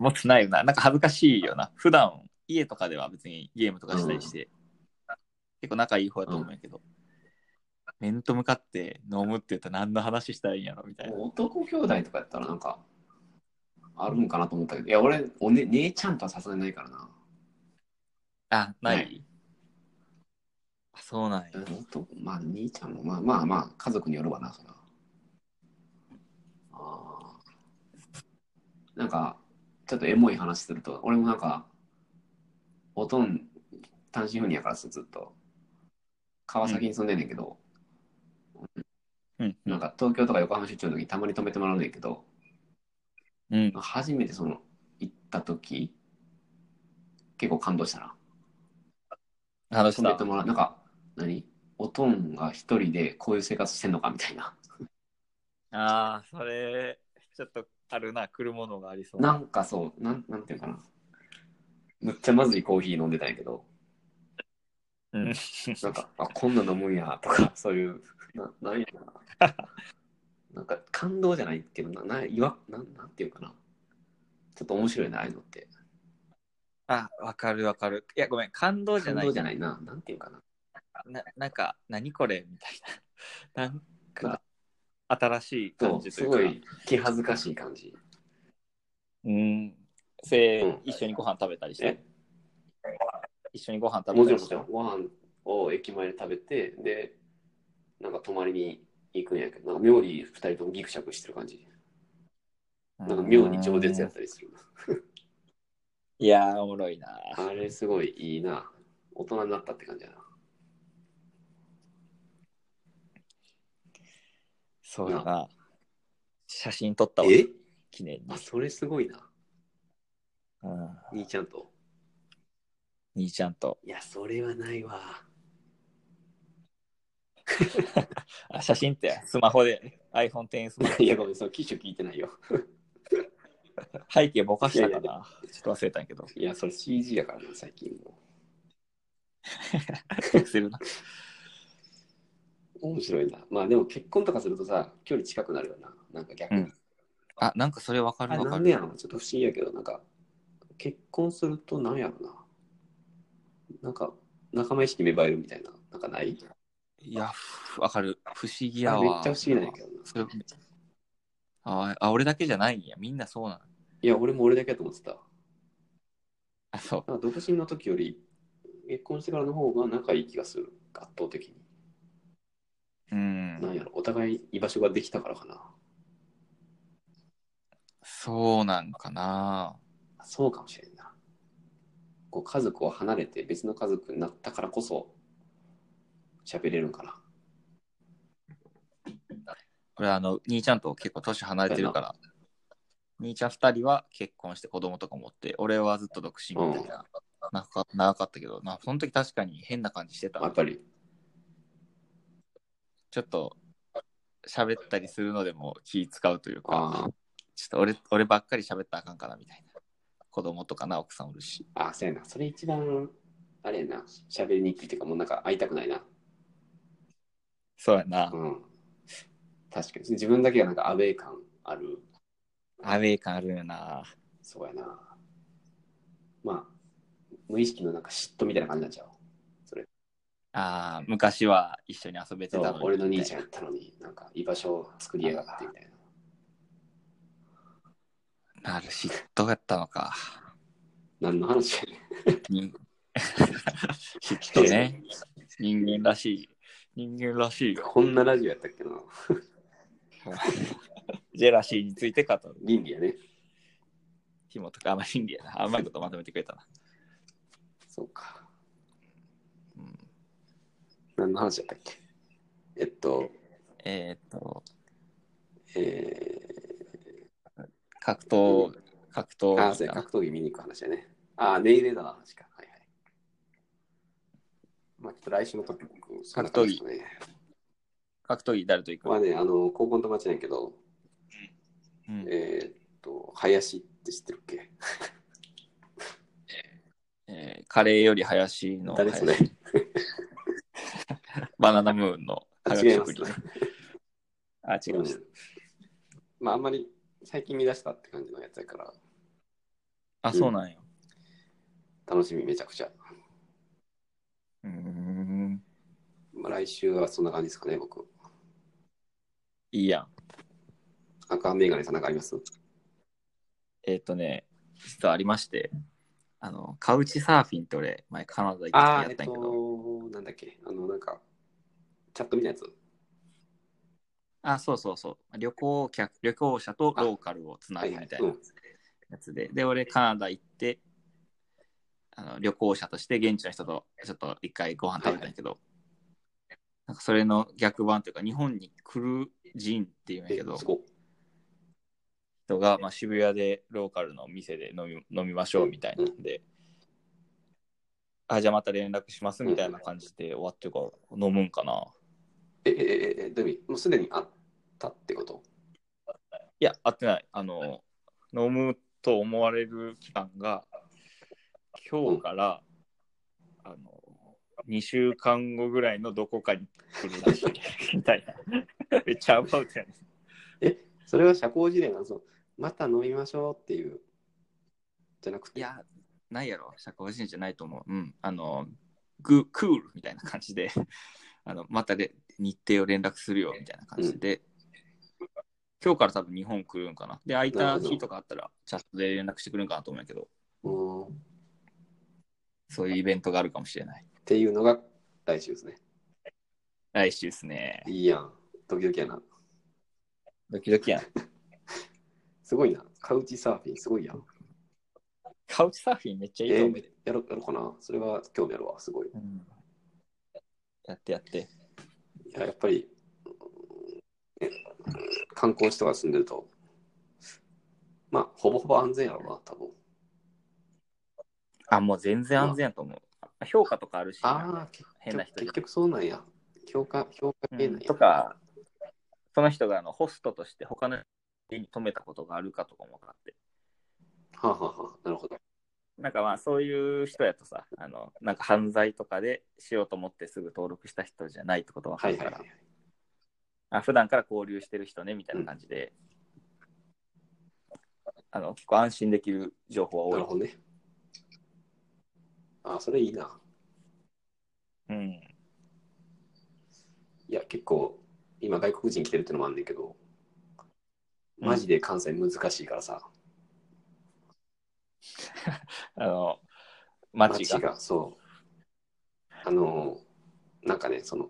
Speaker 2: もっとないよな。なんか恥ずかしいよな。普段家とかでは別にゲームとかしたりして、結構仲いい方だと思うんやけど、面と向かって飲むって言ったら何の話したらいいんやろみたいな。
Speaker 1: 男兄弟とかやったらなんかあるんかなと思ったけどいや俺お、ね、姉ちゃんとはさすがにないからな
Speaker 2: あ、ない。
Speaker 1: な
Speaker 2: あ、そうなんや。
Speaker 1: 男まあ兄ちゃんもまあまあまあ家族によるわなそらあーなんかちょっとエモい話すると俺もなんかほとん単身赴任やからさずっと川崎に住んでんねんけど、
Speaker 2: うん。
Speaker 1: なんか東京とか横浜出張の時にたまに泊めてもらうねんけど、
Speaker 2: うん。
Speaker 1: 初めてその行った時結構感動したな
Speaker 2: 話し
Speaker 1: 止め
Speaker 2: た
Speaker 1: て。もらうなんか何おとんが一人でこういう生活してんのかみたいな
Speaker 2: ああ、それ、ちょっとあるな。来るものがありそう。
Speaker 1: なんかそうなんなんていうかなむっちゃまずいコーヒー飲んでたんやけど
Speaker 2: うん。
Speaker 1: なんかあこんな飲むんやとか そういうななんやろな なんか感動じゃないけどなないわなんなんていうかなちょっと面白いなああいうのって
Speaker 2: あ、わかるわかる。いや、ごめん。感動じ
Speaker 1: 感
Speaker 2: ゃない
Speaker 1: 動じゃないななんていうかな
Speaker 2: ななんか何これ みたいななんか新しい
Speaker 1: そ
Speaker 2: 感
Speaker 1: う
Speaker 2: じと
Speaker 1: す
Speaker 2: いうか
Speaker 1: ごい気恥ずかしい感じ
Speaker 2: うんせ、
Speaker 1: うん
Speaker 2: 一緒にご飯食べたりし
Speaker 1: え
Speaker 2: て一緒にご飯食
Speaker 1: も
Speaker 2: べ
Speaker 1: ち
Speaker 2: た
Speaker 1: ろん
Speaker 2: り
Speaker 1: も
Speaker 2: し
Speaker 1: ちろ
Speaker 2: て
Speaker 1: んご飯を駅前で食べてでなんか泊まりに行くんやけどなんか妙に2人ともギクシャクしてる感じなんか妙に饒舌やったりする
Speaker 2: いやーおもろいな
Speaker 1: あれすごいいいな大人になったって感じやな
Speaker 2: そうやな写真撮ったわ
Speaker 1: え
Speaker 2: 記念に
Speaker 1: あ、それすごいな
Speaker 2: うん
Speaker 1: 兄ちゃんと
Speaker 2: 兄ちゃんと
Speaker 1: いやそれはないわ
Speaker 2: あ写真ってスマホで iPhone X スマ ホ
Speaker 1: いやごめんそう機種聞いてないよ
Speaker 2: 背景ぼかしたかない
Speaker 1: やい
Speaker 2: ちょっと忘れたんやけど
Speaker 1: いやそれ CG やからな最近も
Speaker 2: ピクセルな
Speaker 1: 面白いなまあでも結婚とかするとさ距離近くなるよななんか逆に、
Speaker 2: うん あなんかそれわか
Speaker 1: あ
Speaker 2: るわ
Speaker 1: な
Speaker 2: か
Speaker 1: んで
Speaker 2: る
Speaker 1: やろなちょっと不思議やけど、なんか、結婚するとなんやろな。なんか、仲間意識芽生えるみたいな、なんかないい
Speaker 2: いやふわかる不思議やわ
Speaker 1: めっちゃ不思議なんやけどな。
Speaker 2: それああ、俺だけじゃないんや。みんなそうなの。
Speaker 1: いや、俺も俺だけやと思ってた。
Speaker 2: あ、そう。
Speaker 1: なんか独身の時より、結婚してからの方が仲いい気がする。圧倒的に。
Speaker 2: うん。
Speaker 1: なんやろ、お互い居場所ができたからかな。
Speaker 2: そうなんかな。
Speaker 1: そうかもしれんな。こう家族を離れて別の家族になったからこそ、喋れるんかな。
Speaker 2: 俺、あの、兄ちゃんと結構年離れてるから、兄ちゃん二人は結婚して子供とか持って、俺はずっと独身みたいな。なんか長かったけど、なその時確かに変な感じしてた
Speaker 1: や。っぱり、
Speaker 2: ちょっと喋ったりするのでも気使うという
Speaker 1: あ
Speaker 2: か、ちょっと俺俺ばっかり喋ったらあかんかなみたいな。子供とかな、奥さんおるし。
Speaker 1: あ、そうやな。それ一番、あれやな。喋りにくいっていうか、もうなんか会いたくないな。
Speaker 2: そうやな。
Speaker 1: うん。確かに。自分だけがなんかアウェー感ある。
Speaker 2: アウェイ感あるよな。
Speaker 1: そうやな。まあ、無意識のなんか嫉妬みたいな感じになっちゃう。
Speaker 2: ああ、昔は一緒に遊べて
Speaker 1: そ
Speaker 2: た
Speaker 1: う
Speaker 2: のに。
Speaker 1: 俺の兄ちゃんやったのに、なんか居場所を作りやがってみたいな。
Speaker 2: なる、嫉妬やったのか。
Speaker 1: 何の話やねん
Speaker 2: 人 嫉妬ね。 人間らしい。人間らしいよ。
Speaker 1: こんなラジオやったっけな。
Speaker 2: ジェラシーについて語る。
Speaker 1: 倫理やね。
Speaker 2: 紐とか、あまりんやな。あんまりことまとめてくれたな。
Speaker 1: そうか。
Speaker 2: うん
Speaker 1: 何の話やったっけ。えっと、
Speaker 2: えーっと、
Speaker 1: え
Speaker 2: 格闘、格
Speaker 1: ー、あ、
Speaker 2: 闘
Speaker 1: そう
Speaker 2: 技
Speaker 1: や
Speaker 2: かな。
Speaker 1: 格闘技見に行く話やね。あ、ネイレーダーの話か。はいはい。まあ、ちょっと来週のトピック、そんな感じですね。
Speaker 2: 格闘技誰と行く
Speaker 1: まあね、あの、高校の友達なんやけど、
Speaker 2: うん
Speaker 1: えーっと、林って知ってるっけ
Speaker 2: えーカレーより林の
Speaker 1: 誰それ
Speaker 2: 林バナナムーンの
Speaker 1: あ
Speaker 2: 林
Speaker 1: 違います
Speaker 2: 食。品あ、違いました。
Speaker 1: まあ、あんまり最近見出したって感じのやつやから、
Speaker 2: あ、そうなんよ。
Speaker 1: 楽しみめちゃくちゃ。
Speaker 2: うーん。
Speaker 1: まあ、来週はそんな感じですかね、僕。
Speaker 2: いいやん。
Speaker 1: 赤メガネさんなんかあります
Speaker 2: えーっ、とね、実はありまして、あの、カウチサーフィンって俺、前カナダ行って
Speaker 1: ああ
Speaker 2: や
Speaker 1: ー、
Speaker 2: っ
Speaker 1: えった
Speaker 2: んやけど、
Speaker 1: と、なんだっけ、あの、なんか、チャットみたいなやつ。
Speaker 2: あ、そうそうそう。旅行客、旅行者とローカルをつなぐみたいなやつで。で、俺、カナダ行って、あの旅行者として現地の人とちょっと一回ご飯食べたんやけど、なんかそれの逆版というか、日本に来る人っていうんや
Speaker 1: え
Speaker 2: けど
Speaker 1: す、ごっ
Speaker 2: 人が、まあ、渋谷でローカルの店で飲み飲みましょうみたいなんで、あ、じゃあまた連絡しますみたいな感じで終わってるから、飲むんかな。
Speaker 1: え、え、え、え、えどういう意味もうすでにあったってこと
Speaker 2: いや、合ってない。あの、飲むと思われる期間が、今日から、あの、2週間後ぐらいのどこかに来るらしい。みたいな。めっちゃアバウトやね。
Speaker 1: それは社交辞令なのそのまた飲みましょうっていう、じゃなくて。
Speaker 2: いや、ないやろ。社交人じゃないと思う。うん。あの、グクールみたいな感じで、 あの、またで日程を連絡するよみたいな感じで、今日から多分日本来るんかな。で、空いた日とかあったら、チャットで連絡してくるんかなと思うんやけど、
Speaker 1: うん、っ
Speaker 2: そういうイベントがあるかもしれない。
Speaker 1: ていうのが来週ですね。
Speaker 2: 来週ですね。
Speaker 1: いいやん。ドキドキやな。
Speaker 2: ドキドキやん。
Speaker 1: すごいな。カウチサーフィン、すごいやん。
Speaker 2: カウチサーフィンめっちゃいい
Speaker 1: え
Speaker 2: と思う
Speaker 1: ー、やろやろうかな。それは興味あるわ、すごい。
Speaker 2: うんやってやって。
Speaker 1: いや、やっぱり、うんね観光地とか住んでると、まあ、ほぼほぼ安全やろうな、多分。
Speaker 2: あ、もう全然安全やと思う。評価とかあるし、
Speaker 1: ああ、
Speaker 2: 変な人
Speaker 1: 結局そうなんや。評価、評価系
Speaker 2: う
Speaker 1: なん
Speaker 2: ん
Speaker 1: や。
Speaker 2: とか、その人があのホストとして他の家に泊めたことがあるかとかも分かって。
Speaker 1: はあ、はあはあ、なるほど。
Speaker 2: なんかまあそういう人やとさ、あのなんか犯罪とかでしようと思ってすぐ登録した人じゃないってことわか
Speaker 1: は
Speaker 2: る
Speaker 1: い
Speaker 2: か
Speaker 1: は
Speaker 2: ら、
Speaker 1: いはい。
Speaker 2: あ普段から交流してる人ねみたいな感じで、あの結構安心できる情報
Speaker 1: な
Speaker 2: は多
Speaker 1: る
Speaker 2: い。
Speaker 1: ほどね。ああ、それいいな。
Speaker 2: うん、
Speaker 1: いや、結構、今外国人来てるってのもあんねんけど、マジで関西難しいからさ、
Speaker 2: あの
Speaker 1: 街
Speaker 2: 街が
Speaker 1: が、そう。あの、なんかね、その、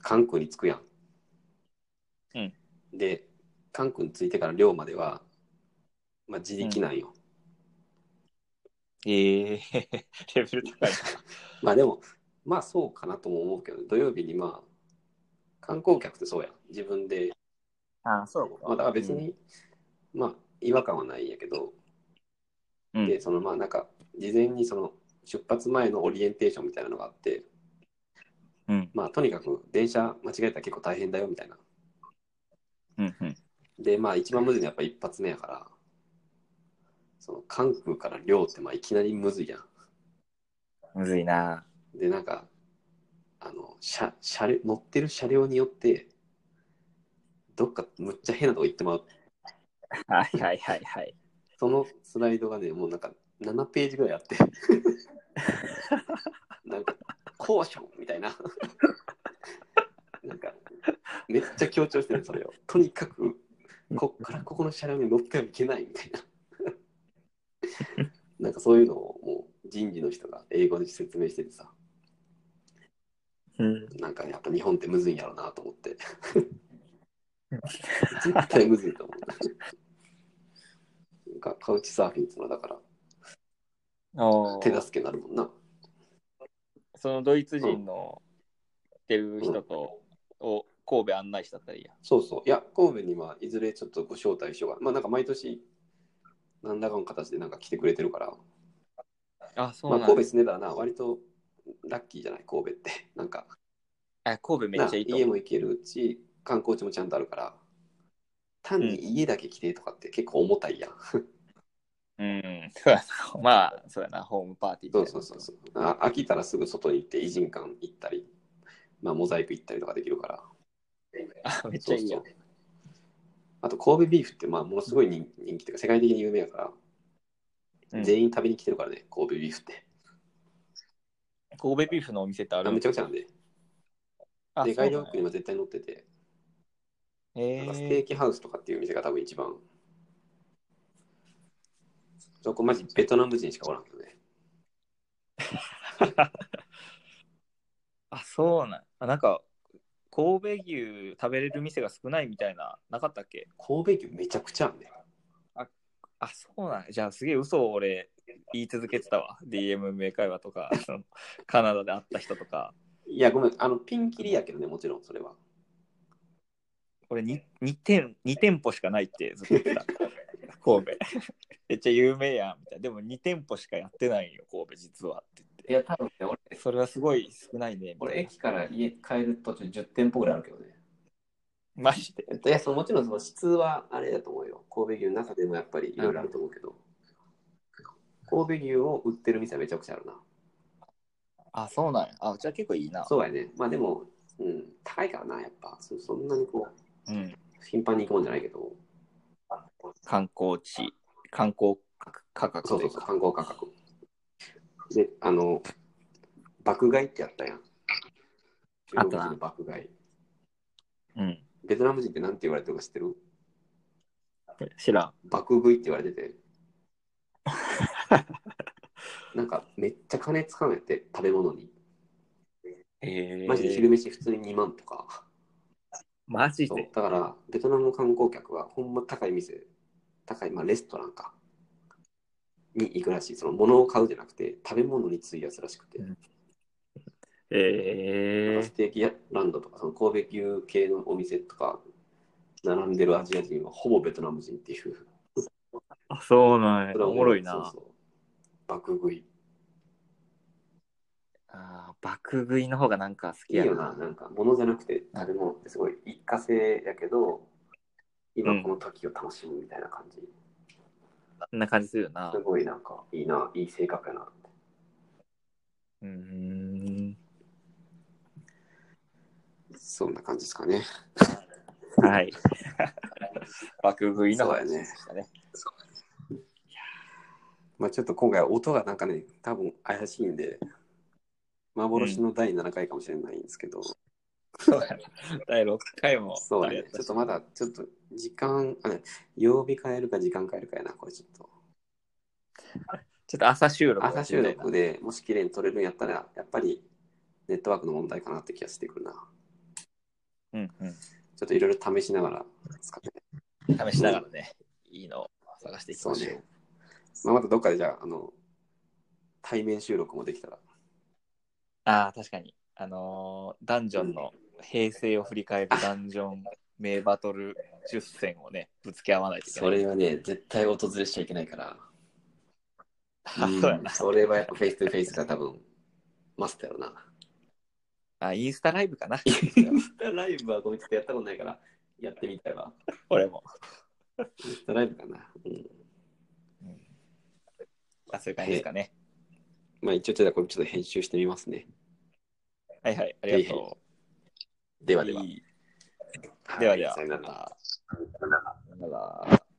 Speaker 1: 関空に着くやん。
Speaker 2: うん
Speaker 1: で、関空に着いてから寮までは、まあ、自力なんよ。
Speaker 2: ええ レベル高いな。
Speaker 1: まあでも、まあそうかなとも思うけど、土曜日にまあ、観光客ってそうやん。自分で、
Speaker 2: ああ、そ
Speaker 1: まあだから別。に、まあ違和感はないんやけど、
Speaker 2: うん
Speaker 1: で、そのまあなんか、事前にその、出発前のオリエンテーションみたいなのがあって、
Speaker 2: うん。
Speaker 1: まあとにかく電車間違えたら結構大変だよみたいな。
Speaker 2: うん。うん。
Speaker 1: で、まあ一番むずいのはやっぱ一発目やから、その関空から寮ってまあいきなりむずいやん。
Speaker 2: むずいな。
Speaker 1: で、なんか、あの、車、車両、乗ってる車両によって、どっかむっちゃ変なとこ行ってまう
Speaker 2: はいはいはいはい。
Speaker 1: そのスライドがね、もうなんか7ページぐらいあって、なんか、交渉みたいな。なんか、めっちゃ強調してる、それを。とにかく、こっからここの車両に乗ってはいけないみたいな。なんかそういうのをもう人事の人が英語で説明しててさ、
Speaker 2: うん。
Speaker 1: なんかやっぱ日本ってむずいんやろうなと思って。絶対むずいと思う。なんかカウチサーフィンっていうのはだから
Speaker 2: おー
Speaker 1: 手助けになるもんな。
Speaker 2: そのドイツ人の知ってる人と、を神戸案内したったらいいや。
Speaker 1: そうそう。いや、神戸にはいずれちょっとご招待しようが。まあなんか毎年、なんだかの形でなんか来てくれてるから、
Speaker 2: あ、そ
Speaker 1: まあ神戸住んでたらな、割とラッキーじゃない、神戸って。 なんか、
Speaker 2: あ神戸めっちゃいいと
Speaker 1: な家
Speaker 2: 思う。
Speaker 1: も行けるし、観光地もちゃんとあるから、単に家だけ来てとかって結構重たいやん。
Speaker 2: うん。 そうやな。まあ、そうやな。ホームパーティー
Speaker 1: そう
Speaker 2: みたい
Speaker 1: そ
Speaker 2: な
Speaker 1: うそうそうあ。飽きたらすぐ外に行って、偉人館行ったり、まあ、モザイク行ったりとかできるから。
Speaker 2: あ、めっちゃいいや
Speaker 1: そうそうあと、神戸ビーフって、まあ、ものすごい人人気というか、世界的に有名やから、
Speaker 2: うん
Speaker 1: 全員食べに来てるからね、神戸ビーフって。
Speaker 2: 神戸ビーフのお店ってあ
Speaker 1: あ
Speaker 2: る
Speaker 1: めちゃくちゃなんで。
Speaker 2: あ
Speaker 1: で、
Speaker 2: そ
Speaker 1: ガイ
Speaker 2: うなん
Speaker 1: ド
Speaker 2: や
Speaker 1: ブックにも絶対載ってて、
Speaker 2: へ
Speaker 1: なんかステ
Speaker 2: え
Speaker 1: ーキハウスとかっていう店が多分一番。そこマジベトナム人しかおらんけどね。
Speaker 2: あ、そうなんあ、なんか、神戸牛食べれる店が少ないみたいな、なかったっけ
Speaker 1: 神戸牛めちゃくちゃあんね。
Speaker 2: あ、そうなんじゃあすげえ嘘を俺言い続けてたわ。DM 名会話とか、そのカナダで会った人とか。
Speaker 1: いや、ごめん、あの、ピンキリやけどね、もちろん、それは。
Speaker 2: 俺 2, 2, 店2店舗しかないってずっと言って た。神戸。 めっちゃ有名やんみたいな。でも2店舗しかやってないよ、神戸実はって
Speaker 1: いや、多分ね、俺、
Speaker 2: 言って。それはすごい少ないね。みたいな
Speaker 1: 駅から家帰る途中10店舗ぐらいあるけどね。
Speaker 2: マジで。
Speaker 1: えっと、いやそのもちろんその質はあれだと思うよ。神戸牛の中でもやっぱりいろいろあると思うけど、神戸牛を売ってる店はめちゃくちゃあるな。
Speaker 2: あ、そうなんや。あ、じゃあ結構いいな。
Speaker 1: そうやね。まあでも、うん、高いからな、やっぱ。そそんなにこう、
Speaker 2: うん。
Speaker 1: 頻繁に行くもんじゃないけど、
Speaker 2: 観光地、観光価格
Speaker 1: そう
Speaker 2: とい
Speaker 1: そううそう、
Speaker 2: か。
Speaker 1: 観光価格。で、あの、爆買いってあったやん。中
Speaker 2: あった
Speaker 1: 国
Speaker 2: な
Speaker 1: 人の爆買い。
Speaker 2: うん。
Speaker 1: ベトナム人ってなんて言われてるか知ってる
Speaker 2: 知らん。
Speaker 1: 爆食いって言われて て。なんかめっちゃ金使うんやって食べ物に。
Speaker 2: え
Speaker 1: マジで昼飯普通に2万とか。
Speaker 2: マジ
Speaker 1: そう
Speaker 2: で。
Speaker 1: だからベトナムの観光客はほんま高い店、高い、まあ、レストランか。に行くらしい。その物を買うじゃなくて食べ物に費やすらしくて。
Speaker 2: え
Speaker 1: ステーキランドとかその神戸牛系のお店とか並んでるアジア人はほぼベトナム人っていう。
Speaker 2: あ、そうなん
Speaker 1: それ
Speaker 2: や。
Speaker 1: は
Speaker 2: おもろいな。
Speaker 1: そうそう爆食い。
Speaker 2: あー爆食いの方がなんか好き
Speaker 1: いい
Speaker 2: や
Speaker 1: よ
Speaker 2: な。
Speaker 1: な、なんか物じゃなくて食べ物ってすごい一過性やけど、今この時を楽しむみたいな感じ。
Speaker 2: そんな感じするよな
Speaker 1: す。ごいなんかいいな、いい性格やな。
Speaker 2: うーん。
Speaker 1: そんな感じですかね。
Speaker 2: はい。 爆食いの方が
Speaker 1: そうやね
Speaker 2: したね。
Speaker 1: まあちょっと今回は音がなんかね、多分怪しいんで、幻の第7回かもしれないんですけど、
Speaker 2: そうやね。第6回も。
Speaker 1: そう
Speaker 2: あ
Speaker 1: ね
Speaker 2: れやっ、
Speaker 1: ち
Speaker 2: た
Speaker 1: ょっ
Speaker 2: し
Speaker 1: とまだちょっと時間、あね、曜日変えるか時間変えるかやな、これちょっと。
Speaker 2: ちょっと朝収録。
Speaker 1: 朝収録。でもし綺麗に撮れるんやったら、やっぱりネットワークの問題かなって気がしてくるな。
Speaker 2: うんうん。
Speaker 1: ちょっといろいろ試しながらですかね。
Speaker 2: 試しながらね、いいのを探していきましょう。
Speaker 1: そうねまあ、またどっかでじゃあ、あの、対面収録もできたら。
Speaker 2: ああ、確かに。あのーダンジョンの平成を振り返るダンジョン名バトル10選をね、ぶつけ合わないといけない。
Speaker 1: はね、絶対訪れしちゃいけないから。
Speaker 2: あそうや な。
Speaker 1: それはやっぱフェイスとフェイスが多分、マスターやろな。
Speaker 2: あ、インスタライブかな。
Speaker 1: スタライブはこいつとやったことないから、やってみたいわ。
Speaker 2: 俺も。
Speaker 1: インスタライブかな。うん。
Speaker 2: あ、そういう感じですかね。
Speaker 1: まあ一応ちょっとこれちょっと編集してみますね。
Speaker 2: はいはい、ありがと
Speaker 1: で
Speaker 2: う。
Speaker 1: はでは。
Speaker 2: いいではでは。
Speaker 1: さよなら。
Speaker 2: さよなら